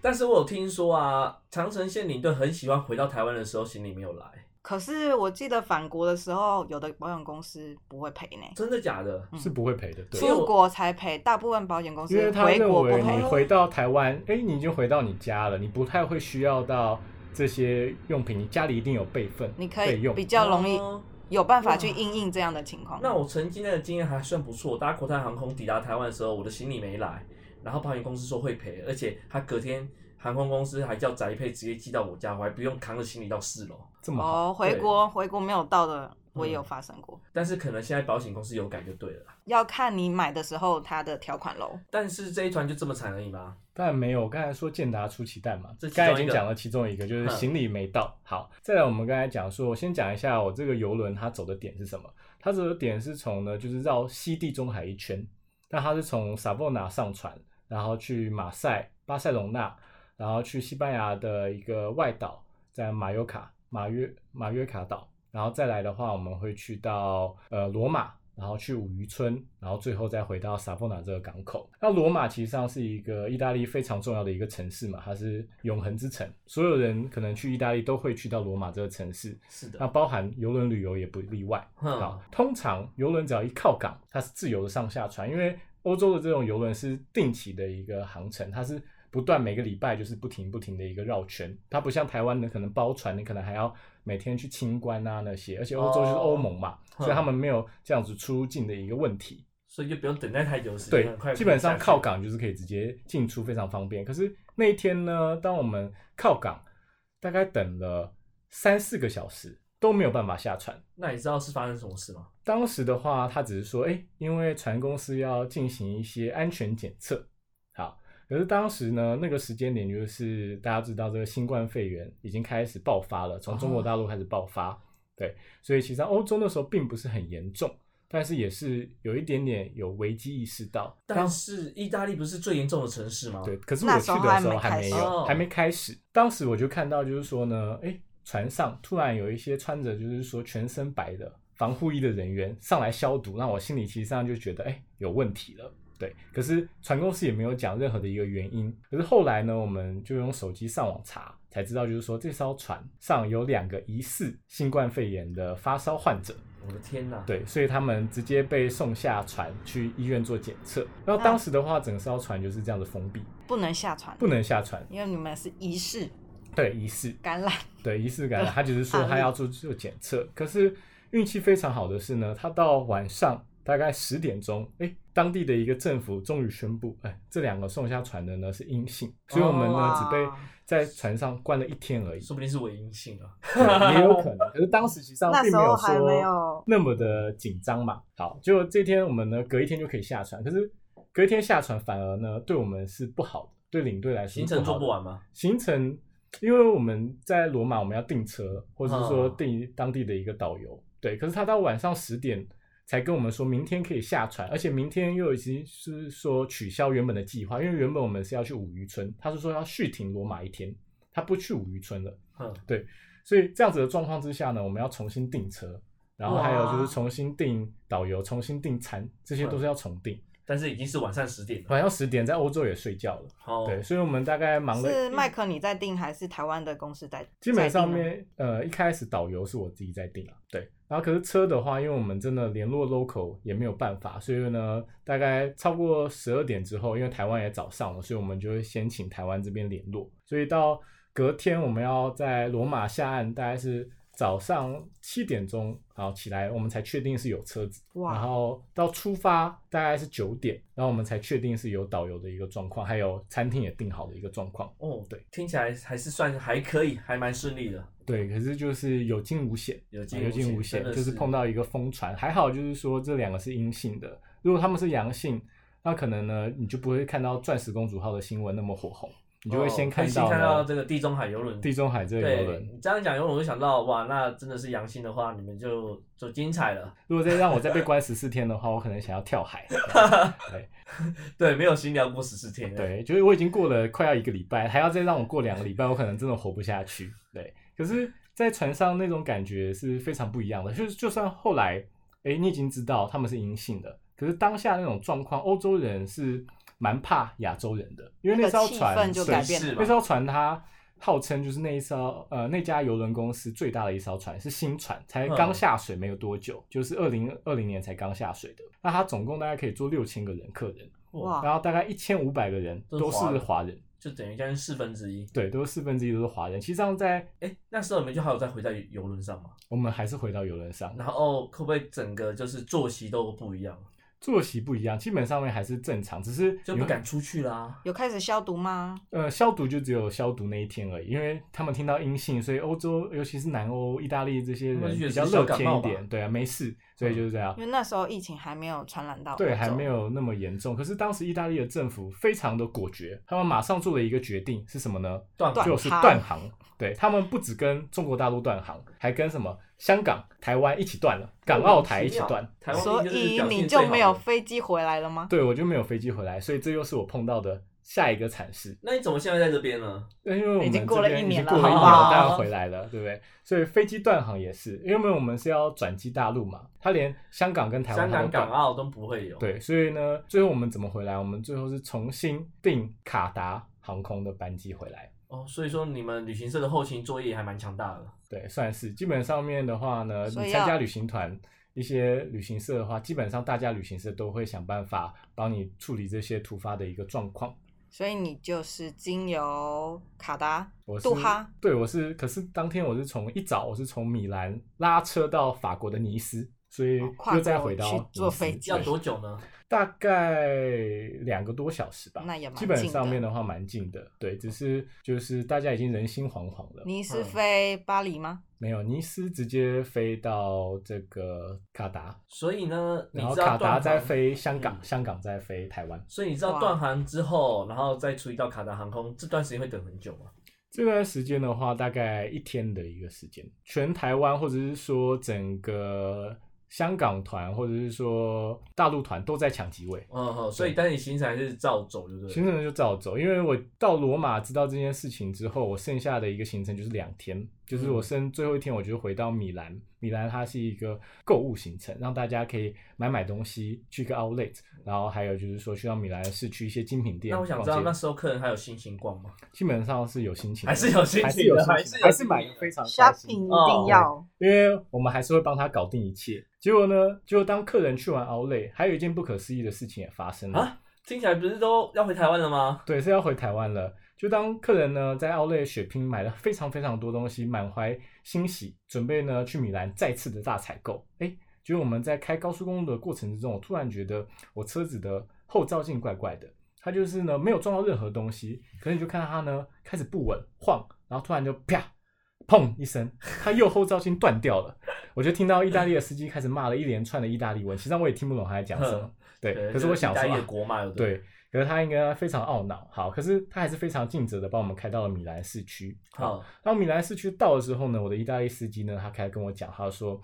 [SPEAKER 3] 但是我有听说啊，长城县领队很喜欢回到台湾的时候行李没有来，
[SPEAKER 1] 可是我记得返国的时候，有的保险公司不会赔呢，
[SPEAKER 3] 真的假的？
[SPEAKER 1] 嗯
[SPEAKER 4] 是不会赔的，对。
[SPEAKER 1] 出国才赔，大部分保险公司
[SPEAKER 4] 因为他
[SPEAKER 1] 回
[SPEAKER 4] 认
[SPEAKER 1] 国不
[SPEAKER 4] 为
[SPEAKER 1] 赔
[SPEAKER 4] 你。回到台湾，哎、你已经回到你家了，你不太会需要到这些用品，你家里一定有备份，
[SPEAKER 1] 你可以
[SPEAKER 4] 备用
[SPEAKER 1] 比较容易
[SPEAKER 3] 哦
[SPEAKER 1] 有办法去应应这样的情况。哦
[SPEAKER 3] 那我曾经那个经验还算不错，搭国泰航空抵达台湾的时候，我的行李没来，然后保险公司说会赔，而且他隔天航空公司还叫宅配直接寄到我家，我还不用扛着行李到四楼。
[SPEAKER 4] 这么好。
[SPEAKER 1] 哦，回
[SPEAKER 3] 嗯对
[SPEAKER 1] 国回国没有到的，我也有
[SPEAKER 3] 嗯
[SPEAKER 1] 发生过。
[SPEAKER 3] 但是可能现在保险公司有改就对了啦。
[SPEAKER 1] 要看你买的时候它的条款喽。
[SPEAKER 3] 但是这一团就这么惨而已吗？
[SPEAKER 4] 但没有，我刚才说健达出奇蛋嘛
[SPEAKER 3] 这，其中一个
[SPEAKER 4] 刚
[SPEAKER 3] 嗯
[SPEAKER 4] 才已经讲了其中一个，就是行李没到。好，再来我们刚才讲说，我先讲一下我这个游轮它走的点是什么。它走的点是从呢，就是绕西地中海一圈，那它是从萨博纳上船，然后去马赛、巴塞隆纳，然后去西班牙的一个外岛，在马约卡、马约马约卡岛，然后再来的话，我们会去到呃罗马，然后去五渔村，然后最后再回到萨博纳这个港口。那罗马其实上是一个意大利非常重要的一个城市嘛，它是永恒之城，所有人可能去意大利都会去到罗马这个城市，
[SPEAKER 3] 是
[SPEAKER 4] 那
[SPEAKER 3] 的，
[SPEAKER 4] 包含游轮旅游也不例外。
[SPEAKER 3] 哼
[SPEAKER 4] 好，，通常游轮只要一靠港，它是自由的上下船，因为欧洲的这种游轮是定期的一个航程，它是不断每个礼拜就是不停不停的一个绕圈，它不像台湾的可能包船，你可能还要每天去清关啊那些，而且欧洲就是欧盟嘛，
[SPEAKER 3] 哦
[SPEAKER 4] 所以他们没有这样子出入境的一个问题。
[SPEAKER 3] 所以就不用等待太久的时间，
[SPEAKER 4] 对
[SPEAKER 3] 很快，
[SPEAKER 4] 基本上
[SPEAKER 3] 下去
[SPEAKER 4] 靠港就是可以直接进出，非常方便。可是那一天呢，当我们靠港，大概等了三四个小时，都没有办法下船。
[SPEAKER 3] 那你知道是发生什么事吗？
[SPEAKER 4] 当时的话，他只是说，哎、因为船公司要进行一些安全检测，好，可是当时呢，那个时间点就是大家知道这个新冠肺炎已经开始爆发了，从中国大陆开始爆
[SPEAKER 3] 哦
[SPEAKER 4] 发，对，所以其实欧洲那时候并不是很严重，但是也是有一点点有危机意识到，
[SPEAKER 3] 但是意大利不是最严重的城市吗？
[SPEAKER 4] 对，，可是我
[SPEAKER 5] 那
[SPEAKER 4] 去
[SPEAKER 5] 时候
[SPEAKER 4] 的
[SPEAKER 5] 还
[SPEAKER 4] 时候
[SPEAKER 5] 没
[SPEAKER 4] 还
[SPEAKER 5] 开
[SPEAKER 4] 没
[SPEAKER 5] 始
[SPEAKER 4] 有，
[SPEAKER 3] 啊哦
[SPEAKER 4] 还没开始。当时我就看到，就是说呢，哎、船上突然有一些穿着就是说全身白的防护衣的人员上来消毒，那我心里其实上就觉得，哎、有问题了。对，可是船公司也没有讲任何的一个原因。可是后来呢，我们就用手机上网查，才知道就是说这艘船上有两个疑似新冠肺炎的发烧患者。
[SPEAKER 3] 我的天哪！，
[SPEAKER 4] 对，所以他们直接被送下船去医院做检测。然后当
[SPEAKER 5] 嗯
[SPEAKER 4] 时的话，整艘船就是这样子封闭，
[SPEAKER 1] 不能下船，
[SPEAKER 4] 不能下船。
[SPEAKER 1] 因为你们是疑似
[SPEAKER 4] 对，疑似，
[SPEAKER 1] 感 染，
[SPEAKER 4] 对仪式感染，他只是说
[SPEAKER 1] 案
[SPEAKER 4] 他
[SPEAKER 1] 例
[SPEAKER 4] 要做做检测，可是运气非常好的是呢，他到晚上大概十点钟，哎，当地的一个政府终于宣布，哎，这两个送下船的呢是阴性，所以我们呢、
[SPEAKER 1] 哇
[SPEAKER 4] 只被在船上关了一天 而已，
[SPEAKER 3] 说不定是伪阴性啊。
[SPEAKER 4] 对也有可能，可是当时其实上
[SPEAKER 1] 那
[SPEAKER 4] 并
[SPEAKER 1] 时
[SPEAKER 4] 没
[SPEAKER 1] 候
[SPEAKER 4] 有
[SPEAKER 1] 还没
[SPEAKER 4] 说
[SPEAKER 1] 有
[SPEAKER 4] 那么的紧张嘛。好，就这天我们呢隔一天就可以下船，可是隔一天下船反而呢对我们是不好的，对领队来说
[SPEAKER 3] 行程做
[SPEAKER 4] 不
[SPEAKER 3] 不
[SPEAKER 4] 好的
[SPEAKER 3] 完吗？
[SPEAKER 4] 行程，因为我们在罗马，我们要订车，或者是说
[SPEAKER 3] 嗯
[SPEAKER 4] 订当地的一个导游。对，可是他到晚上十点才跟我们说，明天可以下船，而且明天又已经是说取消原本的计划，因为原本我们是要去五渔村，他是说要续停罗马一天，他不去五渔村了。
[SPEAKER 3] 哼，
[SPEAKER 4] 所以这样子的状况之下呢，我们要重新订车，然后还有就是
[SPEAKER 1] 哇
[SPEAKER 4] 重新订导游、重新订餐，这些都
[SPEAKER 3] 嗯
[SPEAKER 4] 是要重订。
[SPEAKER 3] 但是已经是晚上十点了。
[SPEAKER 4] 晚上十点在欧洲也睡觉了，
[SPEAKER 3] 哦，
[SPEAKER 4] 对，所以我们大概忙了
[SPEAKER 1] 是
[SPEAKER 4] 一
[SPEAKER 1] 麦克你在订还是台湾的公司在？
[SPEAKER 4] 基本上
[SPEAKER 1] 在订吗
[SPEAKER 4] 面，呃，一开始导游是我自己在定啊，对。然后可是车的话，因为我们真的联络 local 也没有办法，所以呢，大概超过十二点之后，因为台湾也早上了，所以我们就会先请台湾这边联络。所以到隔天我们要在罗马下岸，大概是早上七点钟，然后起来我们才确定是有车子。然
[SPEAKER 1] 哇，
[SPEAKER 4] 后到出发大概是九点，然后我们才确定是有导游的一个状况，还有餐厅也订好的一个状况。
[SPEAKER 3] 哦，
[SPEAKER 4] 对，
[SPEAKER 3] 听起来还是算还可以，还蛮顺利的。
[SPEAKER 4] 对，可是就是有惊无险，
[SPEAKER 3] 有
[SPEAKER 4] 啊
[SPEAKER 3] 惊
[SPEAKER 4] 有惊
[SPEAKER 3] 无
[SPEAKER 4] 无
[SPEAKER 3] 险
[SPEAKER 4] 险，
[SPEAKER 3] 真的
[SPEAKER 4] 就是
[SPEAKER 3] 是
[SPEAKER 4] 碰到一个疯传，还好就是说这两个是阴性的，如果他们是阳性，那可能呢你就不会看到钻石公主号的新闻那么火红，你就会先
[SPEAKER 3] 哦
[SPEAKER 4] 看
[SPEAKER 3] 会
[SPEAKER 4] 到、
[SPEAKER 3] 先看到这个地中海游轮
[SPEAKER 4] 地中海这个游
[SPEAKER 3] 对
[SPEAKER 4] 轮。
[SPEAKER 3] 你这样讲，游轮我就想到，哇，那真的是阳性的话，你们就就精彩了。
[SPEAKER 4] 如果再让我再被关十四天的话，我可能想要跳海。对
[SPEAKER 3] 对，没有新聊过十四天。，
[SPEAKER 4] 对，就是我已经过了快要一个礼拜，还要再让我过两个礼拜，我可能真的活不下去。对，可是，在船上那种感觉是非常不一样的。就是就算后来，哎，你已经知道他们是阴性的，可是当下那种状况，欧洲人是蛮怕亚洲人的，因为
[SPEAKER 1] 那个
[SPEAKER 4] 艘
[SPEAKER 1] 气
[SPEAKER 4] 船
[SPEAKER 1] 氛就
[SPEAKER 4] 对
[SPEAKER 1] 改变
[SPEAKER 3] 是
[SPEAKER 1] 了。
[SPEAKER 3] 嘛
[SPEAKER 4] 那艘船它号称就是那一艘呃那家游轮公司最大的一艘船，是新船，才刚下水没有多久，
[SPEAKER 3] 嗯
[SPEAKER 4] 就是二零二零年才刚下水的。那它总共大概可以坐六千个人客人，
[SPEAKER 3] 哇，
[SPEAKER 1] 哇
[SPEAKER 4] 然后大概一千五百个人
[SPEAKER 3] 都
[SPEAKER 4] 都
[SPEAKER 3] 是华
[SPEAKER 4] 是
[SPEAKER 3] 人
[SPEAKER 4] 华人，
[SPEAKER 3] 就等于将近四分之一。
[SPEAKER 4] 对，都是四分之一都是华人。其实上在
[SPEAKER 3] 哎，那时候你们就还有再回到游轮上嘛？
[SPEAKER 4] 我们还是回到游轮上，
[SPEAKER 3] 然后哦会不会整个就是作息都不一样，
[SPEAKER 4] 作息不一样，基本上面还是正常，只是
[SPEAKER 3] 就
[SPEAKER 4] 你
[SPEAKER 3] 不
[SPEAKER 4] 会
[SPEAKER 3] 敢出去啦？
[SPEAKER 1] 有开始消毒吗？
[SPEAKER 4] 呃，消毒就只有消毒那一天而已，因为他们听到阴性，所以欧洲尤其是南欧、意大利这些
[SPEAKER 3] 他们
[SPEAKER 4] 人
[SPEAKER 3] 就觉得
[SPEAKER 4] 比较
[SPEAKER 3] 是小
[SPEAKER 4] 乐
[SPEAKER 3] 感
[SPEAKER 4] 天一
[SPEAKER 3] 冒吧
[SPEAKER 4] 点，对啊，没事，所以就是这样
[SPEAKER 1] 因。为那时候疫情还没有传染到，
[SPEAKER 4] 对，还没。有那么严重。可是当时意大利的政府非常的果决，他们马上做了一个决定，是什么呢？
[SPEAKER 3] 断
[SPEAKER 1] 断
[SPEAKER 4] 就是
[SPEAKER 1] 航
[SPEAKER 4] 断航。对他们不只跟中国大陆断航，还跟什么香港、台湾一起断了，港澳台一起断。
[SPEAKER 3] 台湾
[SPEAKER 1] 所
[SPEAKER 3] 一定就是
[SPEAKER 1] 以
[SPEAKER 3] 表
[SPEAKER 1] 你就
[SPEAKER 3] 现最好
[SPEAKER 1] 没有
[SPEAKER 3] 的
[SPEAKER 1] 飞机回来了吗？
[SPEAKER 4] 对我就没有飞机回来，所以这又是我碰到的下一个惨事。
[SPEAKER 3] 那你怎么现在在这边呢？
[SPEAKER 4] 那因为我们
[SPEAKER 1] 已经过了
[SPEAKER 4] 这边
[SPEAKER 1] 一年
[SPEAKER 4] 已
[SPEAKER 1] 了
[SPEAKER 4] 经过了一
[SPEAKER 1] 好不
[SPEAKER 4] 年了，
[SPEAKER 1] 好
[SPEAKER 4] 当然回来了，对不对？所以飞机断航也是，因为我们是要转机大陆嘛，他连香港跟台湾
[SPEAKER 3] 香
[SPEAKER 4] 它
[SPEAKER 3] 港、
[SPEAKER 4] 都断
[SPEAKER 3] 港澳都不会有。，
[SPEAKER 4] 对，所以呢，最后我们怎么回来？我们最后是重新订卡达航空的班机回来。
[SPEAKER 3] 哦，所以说你们旅行社的后勤作业还蛮强大的。
[SPEAKER 4] 对，算是基本上面的话呢，
[SPEAKER 1] 所以
[SPEAKER 4] 你参加
[SPEAKER 1] 要
[SPEAKER 4] 旅行团一些旅行社的话，基本上大家旅行社都会想办法帮你处理这些突发的一个状况。
[SPEAKER 1] 所以你就是经由卡达
[SPEAKER 4] 我是
[SPEAKER 1] 杜哈，
[SPEAKER 4] 对我是，可是当天我是从一早我是从米兰拉车到法国的尼斯，所以
[SPEAKER 1] 哦跨
[SPEAKER 4] 又再
[SPEAKER 1] 国
[SPEAKER 4] 回到
[SPEAKER 1] 去坐
[SPEAKER 4] 尼斯
[SPEAKER 1] 飞机
[SPEAKER 4] 对
[SPEAKER 3] 要多久呢？
[SPEAKER 4] 大概两个多小时吧，
[SPEAKER 1] 那也蛮
[SPEAKER 4] 基本
[SPEAKER 1] 近
[SPEAKER 4] 上
[SPEAKER 1] 的
[SPEAKER 4] 面的话蛮近的，对，只是就是大家已经人心惶惶了。
[SPEAKER 1] 你是
[SPEAKER 3] 嗯
[SPEAKER 1] 飞巴黎吗？
[SPEAKER 4] 没有，尼斯直接飞到这个卡达，
[SPEAKER 3] 所以呢，你
[SPEAKER 4] 然后
[SPEAKER 3] 知道
[SPEAKER 4] 卡达
[SPEAKER 3] 断
[SPEAKER 4] 再
[SPEAKER 3] 航，
[SPEAKER 4] 飞香港，
[SPEAKER 3] 嗯
[SPEAKER 4] 香港再飞台湾。
[SPEAKER 3] 所以你知道
[SPEAKER 1] 哇
[SPEAKER 3] 断航之后，然后再处理到卡达航空，这段时间会等很久吗？
[SPEAKER 4] 这段时间的话，大概一天的一个时间，全台湾或者是说整个香港团或者是说大陆团都在抢机位。
[SPEAKER 3] 嗯哼，所以但是你行程还是照走，对不对？
[SPEAKER 4] 行程就照走，因为我到罗马知道这件事情之后，我剩下的一个行程就是两天，就是
[SPEAKER 3] 嗯
[SPEAKER 4] 我剩最后一天，我就回到米兰。米兰它是一个购物行程，让大家可以买买东西，去一个 outlet，然后还有就是说去到米兰市区一些精品店
[SPEAKER 3] 那我想知道
[SPEAKER 4] 逛街
[SPEAKER 3] 那时候客人还有心情逛吗？
[SPEAKER 4] 基本上是有心情的，
[SPEAKER 3] 还是有心
[SPEAKER 4] 还是
[SPEAKER 3] 情
[SPEAKER 4] 有
[SPEAKER 3] 的，
[SPEAKER 4] 心
[SPEAKER 3] 是
[SPEAKER 4] 情，
[SPEAKER 3] 有
[SPEAKER 4] 还是买
[SPEAKER 3] 心
[SPEAKER 4] 的
[SPEAKER 3] 情的
[SPEAKER 4] 非常开心
[SPEAKER 1] shopping
[SPEAKER 3] 哦
[SPEAKER 1] 一定要，
[SPEAKER 4] 因为我们还是会帮他搞定一切。结果呢，就当客人去完 outlet，还有一件不可思议的事情也发生了。
[SPEAKER 3] 啊听起来不是都要回台湾了吗？
[SPEAKER 4] 对，是要回台湾了。就当客人呢在 Outlet 血拼买了非常非常多东西，满怀欣喜，准备呢去米兰再次的大采购。哎，结果我们在开高速公路的过程之中，我突然觉得我车子的后照镜怪怪的，它就是呢没有撞到任何东西，可是你就看到它呢开始不稳晃，然后突然就啪砰一声，它右后照镜断掉了。我就听到意大利的司机开始骂了一连串的意大利文，其实上我也听不懂他在讲什么
[SPEAKER 3] 哼。
[SPEAKER 4] 对，可是我想
[SPEAKER 3] 就是嗯意大利
[SPEAKER 4] 说啊
[SPEAKER 3] 的，国骂，不，
[SPEAKER 4] 对，可是他应该非常懊恼。好，可是他还是非常尽责的帮我们开到了米兰市区。，
[SPEAKER 3] 好，
[SPEAKER 4] 当米兰市区到的时候呢，我的意大利司机呢，他开始跟我讲，他说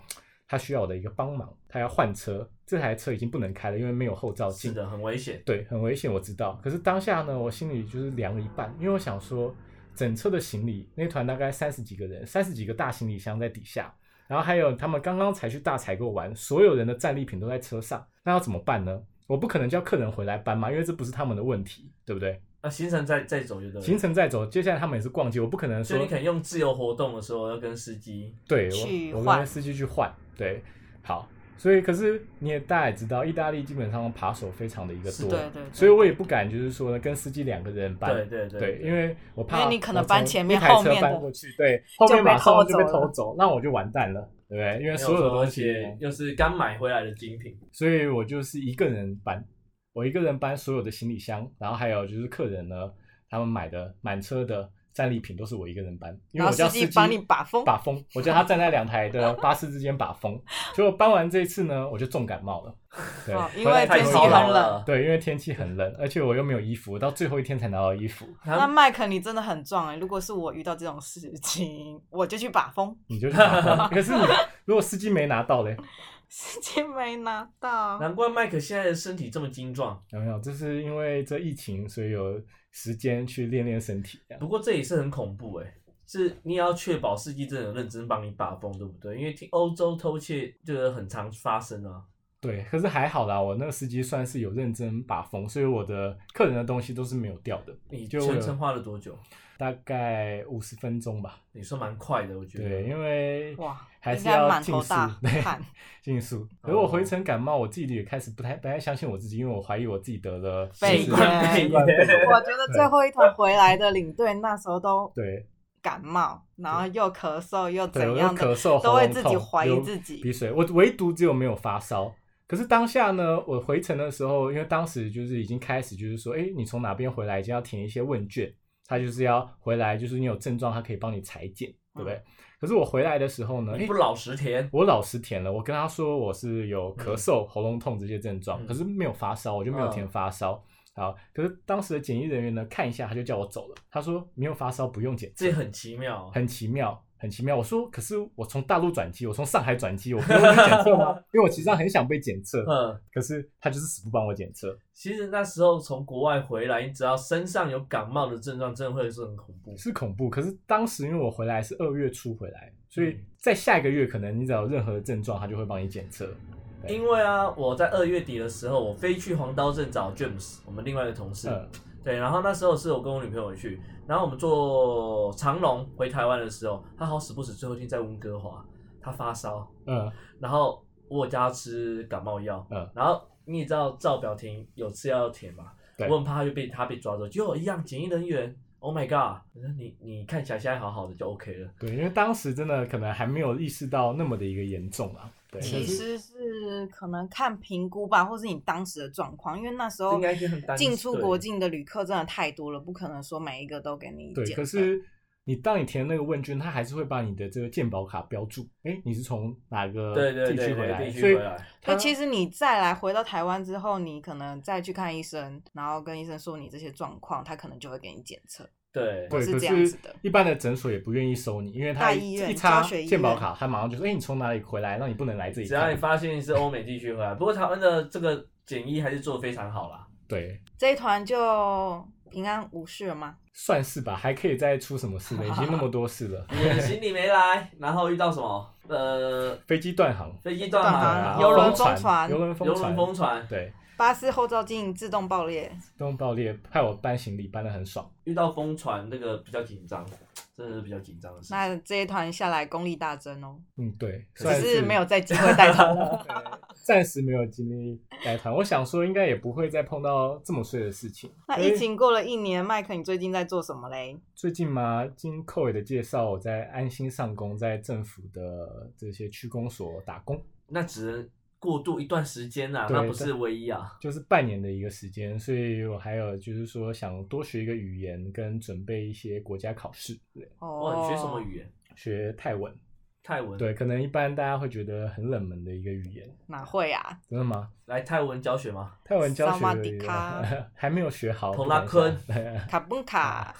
[SPEAKER 4] 他需要我的一个帮忙，他要换车，这台车已经不能开了，因为没有后照
[SPEAKER 3] 是
[SPEAKER 4] 镜。
[SPEAKER 3] 的，很危险。
[SPEAKER 4] 对，很危险，我知道。可是当下呢，我心里就是凉了一半，因为我想说，整车的行李，那团大概三十几个人，三十几个大行李箱在底下，然后还有他们刚刚才去大采购完，所有人的战利品都在车上，那要怎么办呢？我不可能叫客人回来搬嘛，因为这不是他们的问题，对不对？
[SPEAKER 3] 那行程再再走就对了。
[SPEAKER 4] 行程在走，接下来他们也是逛街，我不可能
[SPEAKER 3] 所
[SPEAKER 4] 说
[SPEAKER 3] 以你可能用自由活动的时候要跟司机，
[SPEAKER 4] 对
[SPEAKER 1] 去
[SPEAKER 4] 我，我
[SPEAKER 1] 换
[SPEAKER 4] 跟司机去换。对，好，所以可是你也大家也知道，意大利基本上扒手非常的一个
[SPEAKER 3] 是
[SPEAKER 4] 多，
[SPEAKER 1] 对对对
[SPEAKER 4] 所以我也不敢就是说呢跟司机两个人搬，
[SPEAKER 3] 对对对
[SPEAKER 4] 对，因为我怕
[SPEAKER 1] 因为你可能
[SPEAKER 4] 我从
[SPEAKER 1] 搬前面
[SPEAKER 4] 一台
[SPEAKER 1] 后
[SPEAKER 4] 车
[SPEAKER 1] 面的
[SPEAKER 4] 搬过去，对，后面马上就被
[SPEAKER 1] 就被偷走
[SPEAKER 4] 偷
[SPEAKER 1] 了
[SPEAKER 4] 走，那我就完蛋了，对不对？因为
[SPEAKER 3] 没
[SPEAKER 4] 所有的
[SPEAKER 3] 错
[SPEAKER 4] 东
[SPEAKER 3] 而
[SPEAKER 4] 西，
[SPEAKER 3] 且又是刚买回来的精品，
[SPEAKER 4] 所以我就是一个人搬，我一个人搬所有的行李箱，然后还有就是客人呢，他们买的满车的战利品都是我一个人搬，因为
[SPEAKER 1] 然
[SPEAKER 4] 我
[SPEAKER 1] 后
[SPEAKER 4] 叫
[SPEAKER 1] 司
[SPEAKER 4] 司
[SPEAKER 1] 机帮你把风
[SPEAKER 4] 把风，我叫他站在两台的巴士之间把风，结果搬完这一次呢，我就重 感冒了，对
[SPEAKER 1] 哦，因
[SPEAKER 4] 回来
[SPEAKER 1] 为
[SPEAKER 4] 太
[SPEAKER 3] 太
[SPEAKER 1] 天气
[SPEAKER 3] 操
[SPEAKER 4] 多
[SPEAKER 1] 很
[SPEAKER 4] 了
[SPEAKER 3] 劳
[SPEAKER 1] 冷
[SPEAKER 3] 了。
[SPEAKER 4] 对，因为天气很冷，而且我又没有衣服，我到最后一天才拿到衣服。
[SPEAKER 1] 那
[SPEAKER 3] 他
[SPEAKER 1] 麦克，你真的很壮哎、如果是我遇到这种事情，我就去把风。
[SPEAKER 4] 你就去打工。 可是你如果司机没拿到嘞，
[SPEAKER 1] 司机没拿到，
[SPEAKER 3] 难怪麦克现在的身体这么精壮。
[SPEAKER 4] 有没有？这是因为这疫情，所以有时间去练练身体。这样
[SPEAKER 3] 不过这也是很恐怖哎、是你也要确保司机真的有认真帮你把风，对不对？因为听欧洲偷窃就是很常发生啊。
[SPEAKER 4] 对，可是还好啦，我那个司机算是有认真把风，所以我的客人的东西都是没有掉的。
[SPEAKER 3] 你
[SPEAKER 4] 就
[SPEAKER 3] 全程花了多久？
[SPEAKER 4] 大概五十分钟吧。
[SPEAKER 3] 你说蛮快的，我觉得。
[SPEAKER 4] 对，因为
[SPEAKER 1] 哇
[SPEAKER 4] 还
[SPEAKER 1] 应
[SPEAKER 4] 是
[SPEAKER 1] 该
[SPEAKER 4] 要
[SPEAKER 1] 满
[SPEAKER 4] 竞
[SPEAKER 1] 头
[SPEAKER 4] 速
[SPEAKER 1] 大，
[SPEAKER 4] 对
[SPEAKER 1] 汗，
[SPEAKER 4] 竞速。可是我回程感冒，我自己也开始不太不太相信我自己，因为我怀疑我自己得了
[SPEAKER 1] 肺
[SPEAKER 4] 新
[SPEAKER 1] 炎
[SPEAKER 4] 冠新冠肺炎。
[SPEAKER 1] 我觉得最后一团回来的领队那时候都
[SPEAKER 4] 对
[SPEAKER 1] 感冒，然后又咳嗽又
[SPEAKER 4] 对，
[SPEAKER 1] 怎
[SPEAKER 4] 我又
[SPEAKER 1] 样
[SPEAKER 4] 咳
[SPEAKER 1] 的，
[SPEAKER 4] 嗽，
[SPEAKER 1] 都会
[SPEAKER 4] 喉咙
[SPEAKER 1] 自
[SPEAKER 4] 痛
[SPEAKER 1] 己怀疑
[SPEAKER 4] 流
[SPEAKER 1] 自己
[SPEAKER 4] 鼻水，我唯独只有没有发烧。可是当下呢，我回程的时候，因为当时就是已经开始，就是说，哎，你从哪边回来，已经要填一些问卷，他就是要回来，就是你有症状，他可以帮你裁剪，对不
[SPEAKER 1] 嗯
[SPEAKER 4] 对？可是我回来的时候呢，
[SPEAKER 3] 你
[SPEAKER 4] 诶
[SPEAKER 3] 不老实填，
[SPEAKER 4] 我老实填了，我跟他说我是有咳嗽、喉咙痛这些症状，
[SPEAKER 3] 嗯
[SPEAKER 4] 可是没有发烧，我就没有
[SPEAKER 1] 嗯
[SPEAKER 4] 填发烧。好，可是当时的检疫人员呢，看一下他就叫我走了，他说没有发烧不用检测
[SPEAKER 3] 这也，很奇妙。
[SPEAKER 4] 很奇妙，很奇妙。我说可是我从大陆转机，我从上海转机，我不用被检 测吗？因为我其实上很想被检测，
[SPEAKER 3] 嗯，
[SPEAKER 4] 可是他就是死不帮我检测，
[SPEAKER 3] 其实那时候从国外回来，你只要身上有感冒的症状，真的会是很恐怖。
[SPEAKER 4] 是恐怖。可是当时因为我回来是二月初回
[SPEAKER 3] 嗯
[SPEAKER 4] 来，所以在下一个月可能你只要有任何症状，他就会帮你检测。
[SPEAKER 3] 因为啊，我在二月底的时候，我飞去黄刀镇找 James，我们另外一个同事。
[SPEAKER 4] 嗯
[SPEAKER 3] 对，然后那时候是我跟我女朋友去，然后我们坐长龙回台湾的时候，他好死不死最后一天在温哥华，他发烧，
[SPEAKER 4] 嗯
[SPEAKER 3] 然后我有叫他吃感冒药，
[SPEAKER 4] 嗯
[SPEAKER 3] 然后你也知道赵表婷有吃药要填嘛，
[SPEAKER 4] 对
[SPEAKER 3] 我很怕他就被他被抓走，结果一样检疫人员，Oh my god，我说你你看起来现在好好的就 OK 了，
[SPEAKER 4] 对，因为当时真的可能还没有意识到那么的一个严重啊。对，
[SPEAKER 1] 其
[SPEAKER 4] 可是
[SPEAKER 1] 实是可能看评估吧，或是你当时的状况，因为那时候
[SPEAKER 3] 应该是很单
[SPEAKER 1] 进出国
[SPEAKER 3] 对
[SPEAKER 1] 境的旅客真的太多了，不可能说每一个都给你
[SPEAKER 4] 对，
[SPEAKER 1] 减分
[SPEAKER 4] 可
[SPEAKER 3] 嗯
[SPEAKER 4] 是你当你填那个问卷，他还是会把你的这个健保卡标注，哎，你是从哪个
[SPEAKER 3] 对对
[SPEAKER 4] 地
[SPEAKER 3] 对
[SPEAKER 4] 区
[SPEAKER 3] 对
[SPEAKER 4] 回来，
[SPEAKER 3] 地区
[SPEAKER 4] 所以
[SPEAKER 3] 回来
[SPEAKER 4] 他
[SPEAKER 1] 那其实你再来回到台湾之后，你可能再去看医生，然后跟医生说你这些状况，他可能就会给你检测。
[SPEAKER 3] 对
[SPEAKER 4] 对，
[SPEAKER 1] 是
[SPEAKER 4] 可
[SPEAKER 1] 这样子的
[SPEAKER 4] 一般的诊所也不愿意收你，因为
[SPEAKER 1] 大
[SPEAKER 4] 他
[SPEAKER 1] 医
[SPEAKER 4] 一
[SPEAKER 1] 院
[SPEAKER 4] 一插
[SPEAKER 1] 教学医院
[SPEAKER 4] 健保卡，他马上就说，哎，你从哪里回来？那你不能来这里
[SPEAKER 3] 只要你
[SPEAKER 4] 看。
[SPEAKER 3] 发现是欧美地区回来，不过台湾的这个检疫还是做得非常好啦。
[SPEAKER 4] 对，
[SPEAKER 1] 这一团就平安无事了吗？
[SPEAKER 4] 算是吧，还可以再出什么事呢？已经那么多事 了，
[SPEAKER 3] 你的行李没来，然后遇到什么？呃，
[SPEAKER 4] 飞机断航，
[SPEAKER 3] 飞机断
[SPEAKER 1] 断航
[SPEAKER 3] 航、
[SPEAKER 1] 啊
[SPEAKER 3] 邮
[SPEAKER 1] 游
[SPEAKER 3] 轮
[SPEAKER 1] 轮封
[SPEAKER 4] 轮船
[SPEAKER 1] 船
[SPEAKER 4] 游轮封
[SPEAKER 3] 游轮
[SPEAKER 4] 船，
[SPEAKER 3] 疯船，
[SPEAKER 4] 对，
[SPEAKER 1] 巴士后照镜自动爆裂，
[SPEAKER 4] 都爆裂，害我搬行李搬得很爽。
[SPEAKER 3] 遇到疯船那个比较紧张，真的是比较紧张的事情。
[SPEAKER 1] 那这一团下来功力大增哦，
[SPEAKER 4] 嗯，对，
[SPEAKER 1] 只
[SPEAKER 4] 算
[SPEAKER 1] 是没有再机会带团 了。
[SPEAKER 4] 暂时没有经历带团，我想说应该也不会再碰到这么衰的事情。
[SPEAKER 1] 那疫情过了一年，麦克，你最近在做什么嘞？
[SPEAKER 4] 最近嘛，经寇伟的介绍，我在安心上工，在政府的这些区公所打工，
[SPEAKER 3] 那只能过渡一段时间啊，
[SPEAKER 4] 对
[SPEAKER 3] 那不是唯一啊。
[SPEAKER 4] 就是半年的一个时间，所以我还有就是说想多学一个语言，跟准备一些国家考试，
[SPEAKER 1] 哦
[SPEAKER 3] 哇，你学什么？语言？
[SPEAKER 4] 学泰文。
[SPEAKER 3] 泰文。
[SPEAKER 4] 对，，可能一般大家会觉得很冷门的一个语言，
[SPEAKER 1] 哪会 啊？
[SPEAKER 4] 真的吗？
[SPEAKER 3] 来泰文教学 吗？
[SPEAKER 4] 泰文教学
[SPEAKER 1] 萨瓦
[SPEAKER 4] 而
[SPEAKER 1] 迪
[SPEAKER 4] 已
[SPEAKER 1] 卡
[SPEAKER 4] 还没有学好，
[SPEAKER 3] 普
[SPEAKER 4] 不
[SPEAKER 3] 拉
[SPEAKER 4] 敢想
[SPEAKER 1] 卡本卡，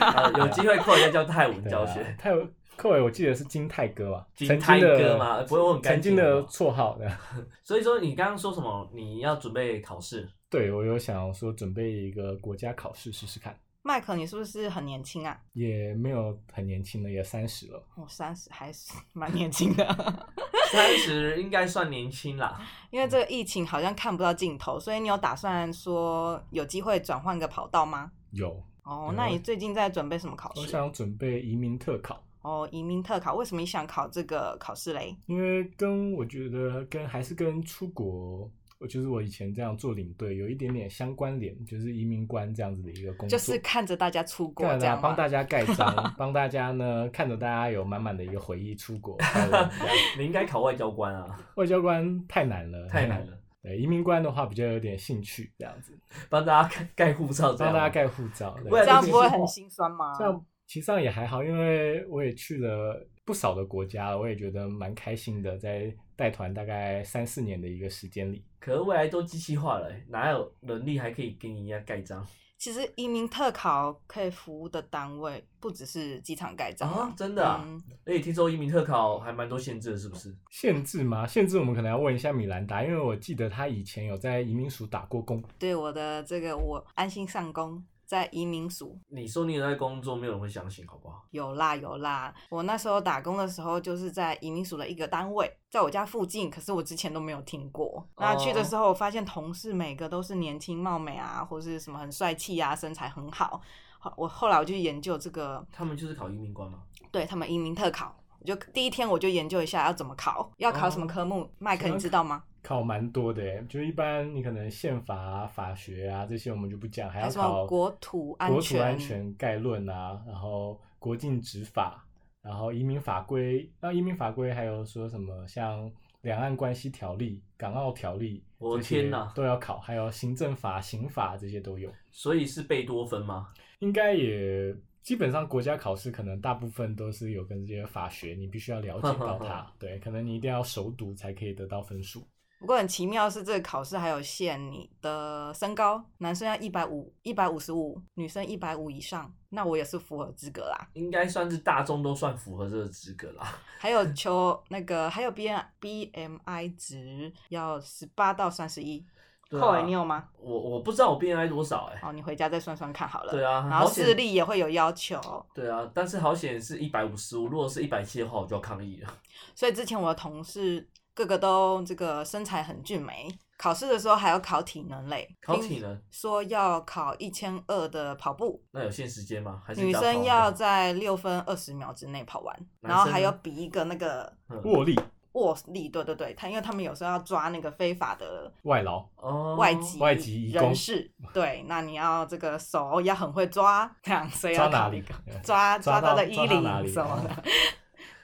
[SPEAKER 3] 啊有机会扣人家教泰文
[SPEAKER 4] 对
[SPEAKER 3] 教
[SPEAKER 4] 啊
[SPEAKER 3] 学。
[SPEAKER 4] 泰文寇伟，我记得是金泰哥嘛，
[SPEAKER 3] 金
[SPEAKER 4] 曾
[SPEAKER 3] 泰
[SPEAKER 4] 经
[SPEAKER 3] 哥
[SPEAKER 4] 的
[SPEAKER 3] 嘛不会问干
[SPEAKER 4] 曾经
[SPEAKER 3] 净哦
[SPEAKER 4] 的
[SPEAKER 3] 吗
[SPEAKER 4] 绰号啊的。
[SPEAKER 3] 所以说你刚刚说什么？你要准备考试？
[SPEAKER 4] 对我有想说准备一个国家考试试试看，
[SPEAKER 1] 麦克，你是不是很年轻啊？
[SPEAKER 4] 也没有很年轻了，也三十了。
[SPEAKER 1] 我三十还是蛮年轻的。
[SPEAKER 3] 三十应该算年轻啦。
[SPEAKER 1] 因为这个疫情好像看不到尽头，所以你有打算说有机会转换个跑道吗？
[SPEAKER 4] 有，
[SPEAKER 1] 哦
[SPEAKER 4] 有，啊
[SPEAKER 1] 那你最近在准备什么考
[SPEAKER 4] 我
[SPEAKER 1] 试？
[SPEAKER 4] 想准备移民特考，
[SPEAKER 1] 哦，移民特考，为什么你想考这个考试嘞？
[SPEAKER 4] 因为跟我觉得跟还是跟出国，我就是我以前这样做领队有一点点相关联，就是移民官这样子的一个工作，
[SPEAKER 1] 就是看着大家出国
[SPEAKER 4] 对
[SPEAKER 1] 这
[SPEAKER 4] 啊，
[SPEAKER 1] 样
[SPEAKER 4] 帮大
[SPEAKER 1] 吗？
[SPEAKER 4] 家盖 章，帮大家呢看着大家有满满的一个回忆出国。还有这样
[SPEAKER 3] 你应该考外交官 啊，
[SPEAKER 4] 外交官太难了，
[SPEAKER 3] 太难。了，
[SPEAKER 4] 对，移民官的话比较有点兴趣，这样子
[SPEAKER 3] 帮大家盖盖护照这
[SPEAKER 4] 帮
[SPEAKER 3] 样。啊
[SPEAKER 4] 大家盖护照。对
[SPEAKER 3] 不然
[SPEAKER 1] 这样
[SPEAKER 3] 就是
[SPEAKER 1] 不会很心酸吗？
[SPEAKER 4] 这样其实上也还好，因为我也去了不少的国家，我也觉得蛮开心的，在带团大概三四年的一个时间里。
[SPEAKER 3] 可是未来都机器化了、哪有能力还可以给你一样盖章
[SPEAKER 1] 其实移民特考可以服务的单位不只是机场盖章
[SPEAKER 4] 哦
[SPEAKER 3] 啊
[SPEAKER 1] 啊？
[SPEAKER 3] 真的啊、
[SPEAKER 1] 嗯
[SPEAKER 3] 而且听说移民特考还蛮多限制的，是不是？
[SPEAKER 4] 限制吗？限制我们可能要问一下米兰达，因为我记得他以前有在移民署打过工。
[SPEAKER 1] 对我的这个我安心上工，在移民署
[SPEAKER 3] 你说你有在工作，没有人会相信，好不好？
[SPEAKER 1] 有啦有啦，我那时候打工的时候就是在移民署的一个单位，在我家附近，可是我之前都没有听过。那去的时候，我发现同事每个都是年轻貌美啊，或是什么很帅气啊，身材很好。后我后来我就研究这个，
[SPEAKER 3] 他们就是考移民官嘛。
[SPEAKER 1] 对他们移民特考，我就第一天我就研究一下要怎么考，要考什么科目。麦克，你知道吗？
[SPEAKER 4] 考蛮多的耶，就一般你可能宪法啊、法学啊这些我们就不讲，还
[SPEAKER 1] 还
[SPEAKER 4] 要
[SPEAKER 1] 有什么
[SPEAKER 4] 考
[SPEAKER 1] 国土安
[SPEAKER 4] 国土
[SPEAKER 1] 全
[SPEAKER 4] 安全概论啊，然后国境执法，然后移民法规，那移民法规还有说什么像两岸关系条例、港澳条例，
[SPEAKER 3] 我
[SPEAKER 4] 这些
[SPEAKER 3] 天哪
[SPEAKER 4] 都要考，还有行政法、刑法这些都有，
[SPEAKER 3] 所以是贝多芬吗？
[SPEAKER 4] 应该也。基本上国家考试可能大部分都是有跟这些法学，你必须要了解到 它。对，可能你一定要熟读才可以得到分数。
[SPEAKER 1] 不过很奇妙的是，这个考试还有限你的身高，男生要一百五、一百五十五，女生一百五以上。那我也是符合资格啦。
[SPEAKER 3] 应该算是大众都算符合这个资格啦。
[SPEAKER 1] 还有求那个，还有 B M B M I 值要十八到三十一。
[SPEAKER 3] 对啊
[SPEAKER 1] 后来你有吗？
[SPEAKER 3] 我我不知道我 BMI 多少哎、
[SPEAKER 1] 哦，你回家再算算看好了。
[SPEAKER 3] 对啊，
[SPEAKER 1] 然后
[SPEAKER 3] 好险
[SPEAKER 1] 视力也会有要求，
[SPEAKER 3] 对啊，但是好险是一百五十五，如果是一百七的话，我就要抗议了。
[SPEAKER 1] 所以之前我的同事个个都这个身材很俊美，考试的时候还要考体能类，
[SPEAKER 3] 考体能
[SPEAKER 1] 说要考一千二的跑步，
[SPEAKER 3] 那有限时间吗？还是
[SPEAKER 1] 女
[SPEAKER 3] 只考
[SPEAKER 1] 生
[SPEAKER 3] 完
[SPEAKER 1] 要在六分二十秒之内跑完，
[SPEAKER 3] 男
[SPEAKER 1] 然后
[SPEAKER 3] 生
[SPEAKER 1] 还
[SPEAKER 3] 呢
[SPEAKER 1] 有比一个那个
[SPEAKER 3] 嗯
[SPEAKER 4] 握力、握
[SPEAKER 1] 握力，对对对，他因为他们有时候要抓那个非法的
[SPEAKER 4] 外劳，
[SPEAKER 3] 哦
[SPEAKER 1] 外籍
[SPEAKER 4] 外籍移工
[SPEAKER 1] 人士，对，那你要这个手要很会抓， 这样所以要
[SPEAKER 4] 抓哪
[SPEAKER 1] 考
[SPEAKER 4] 里
[SPEAKER 1] 虑抓
[SPEAKER 4] 抓
[SPEAKER 1] 到的衣
[SPEAKER 4] 抓到哪
[SPEAKER 1] 领
[SPEAKER 4] 里
[SPEAKER 1] 什么的。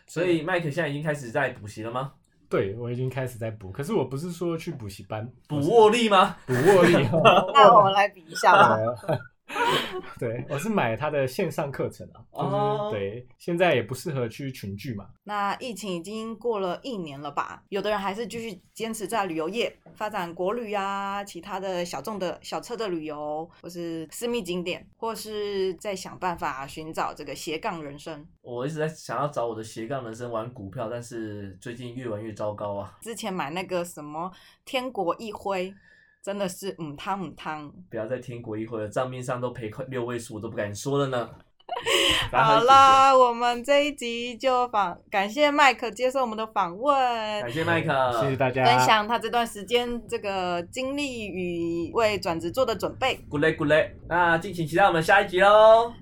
[SPEAKER 3] 所以麦克现在已经开始在补习了吗？
[SPEAKER 4] 对我已经开始在补，可是我不是说去补习 班
[SPEAKER 3] 补握力吗？
[SPEAKER 4] 补握力哦，
[SPEAKER 1] 那我们来比一下 吧。
[SPEAKER 4] 对，我是买他的线上课程啊，就是、
[SPEAKER 3] 哦
[SPEAKER 4] 对，现在也不适合去群聚嘛，
[SPEAKER 1] 那疫情已经过了一年了吧？有的人还是继续坚持在旅游业发展国旅啊，其他的小众的小车的旅游，或是私密景点，或是在想办法寻找这个斜杠人生。
[SPEAKER 3] 我一直在想要找我的斜杠人生玩股票，但是最近越玩越糟糕啊！
[SPEAKER 1] 之前买那个什么天国一辉，真的是嗯汤嗯汤。
[SPEAKER 3] 不要再听国一会了，账面上都赔快六位数，我都不敢说了呢。
[SPEAKER 1] 好，啦，我们这一集就访，感谢麦克接受我们的访问。
[SPEAKER 3] 感谢麦克，
[SPEAKER 4] 谢谢啊大家，
[SPEAKER 1] 分享他这段时间这个经历与为转职做的准备。
[SPEAKER 3] ，good 嘞 good 嘞，那敬请期待我们下一集喽。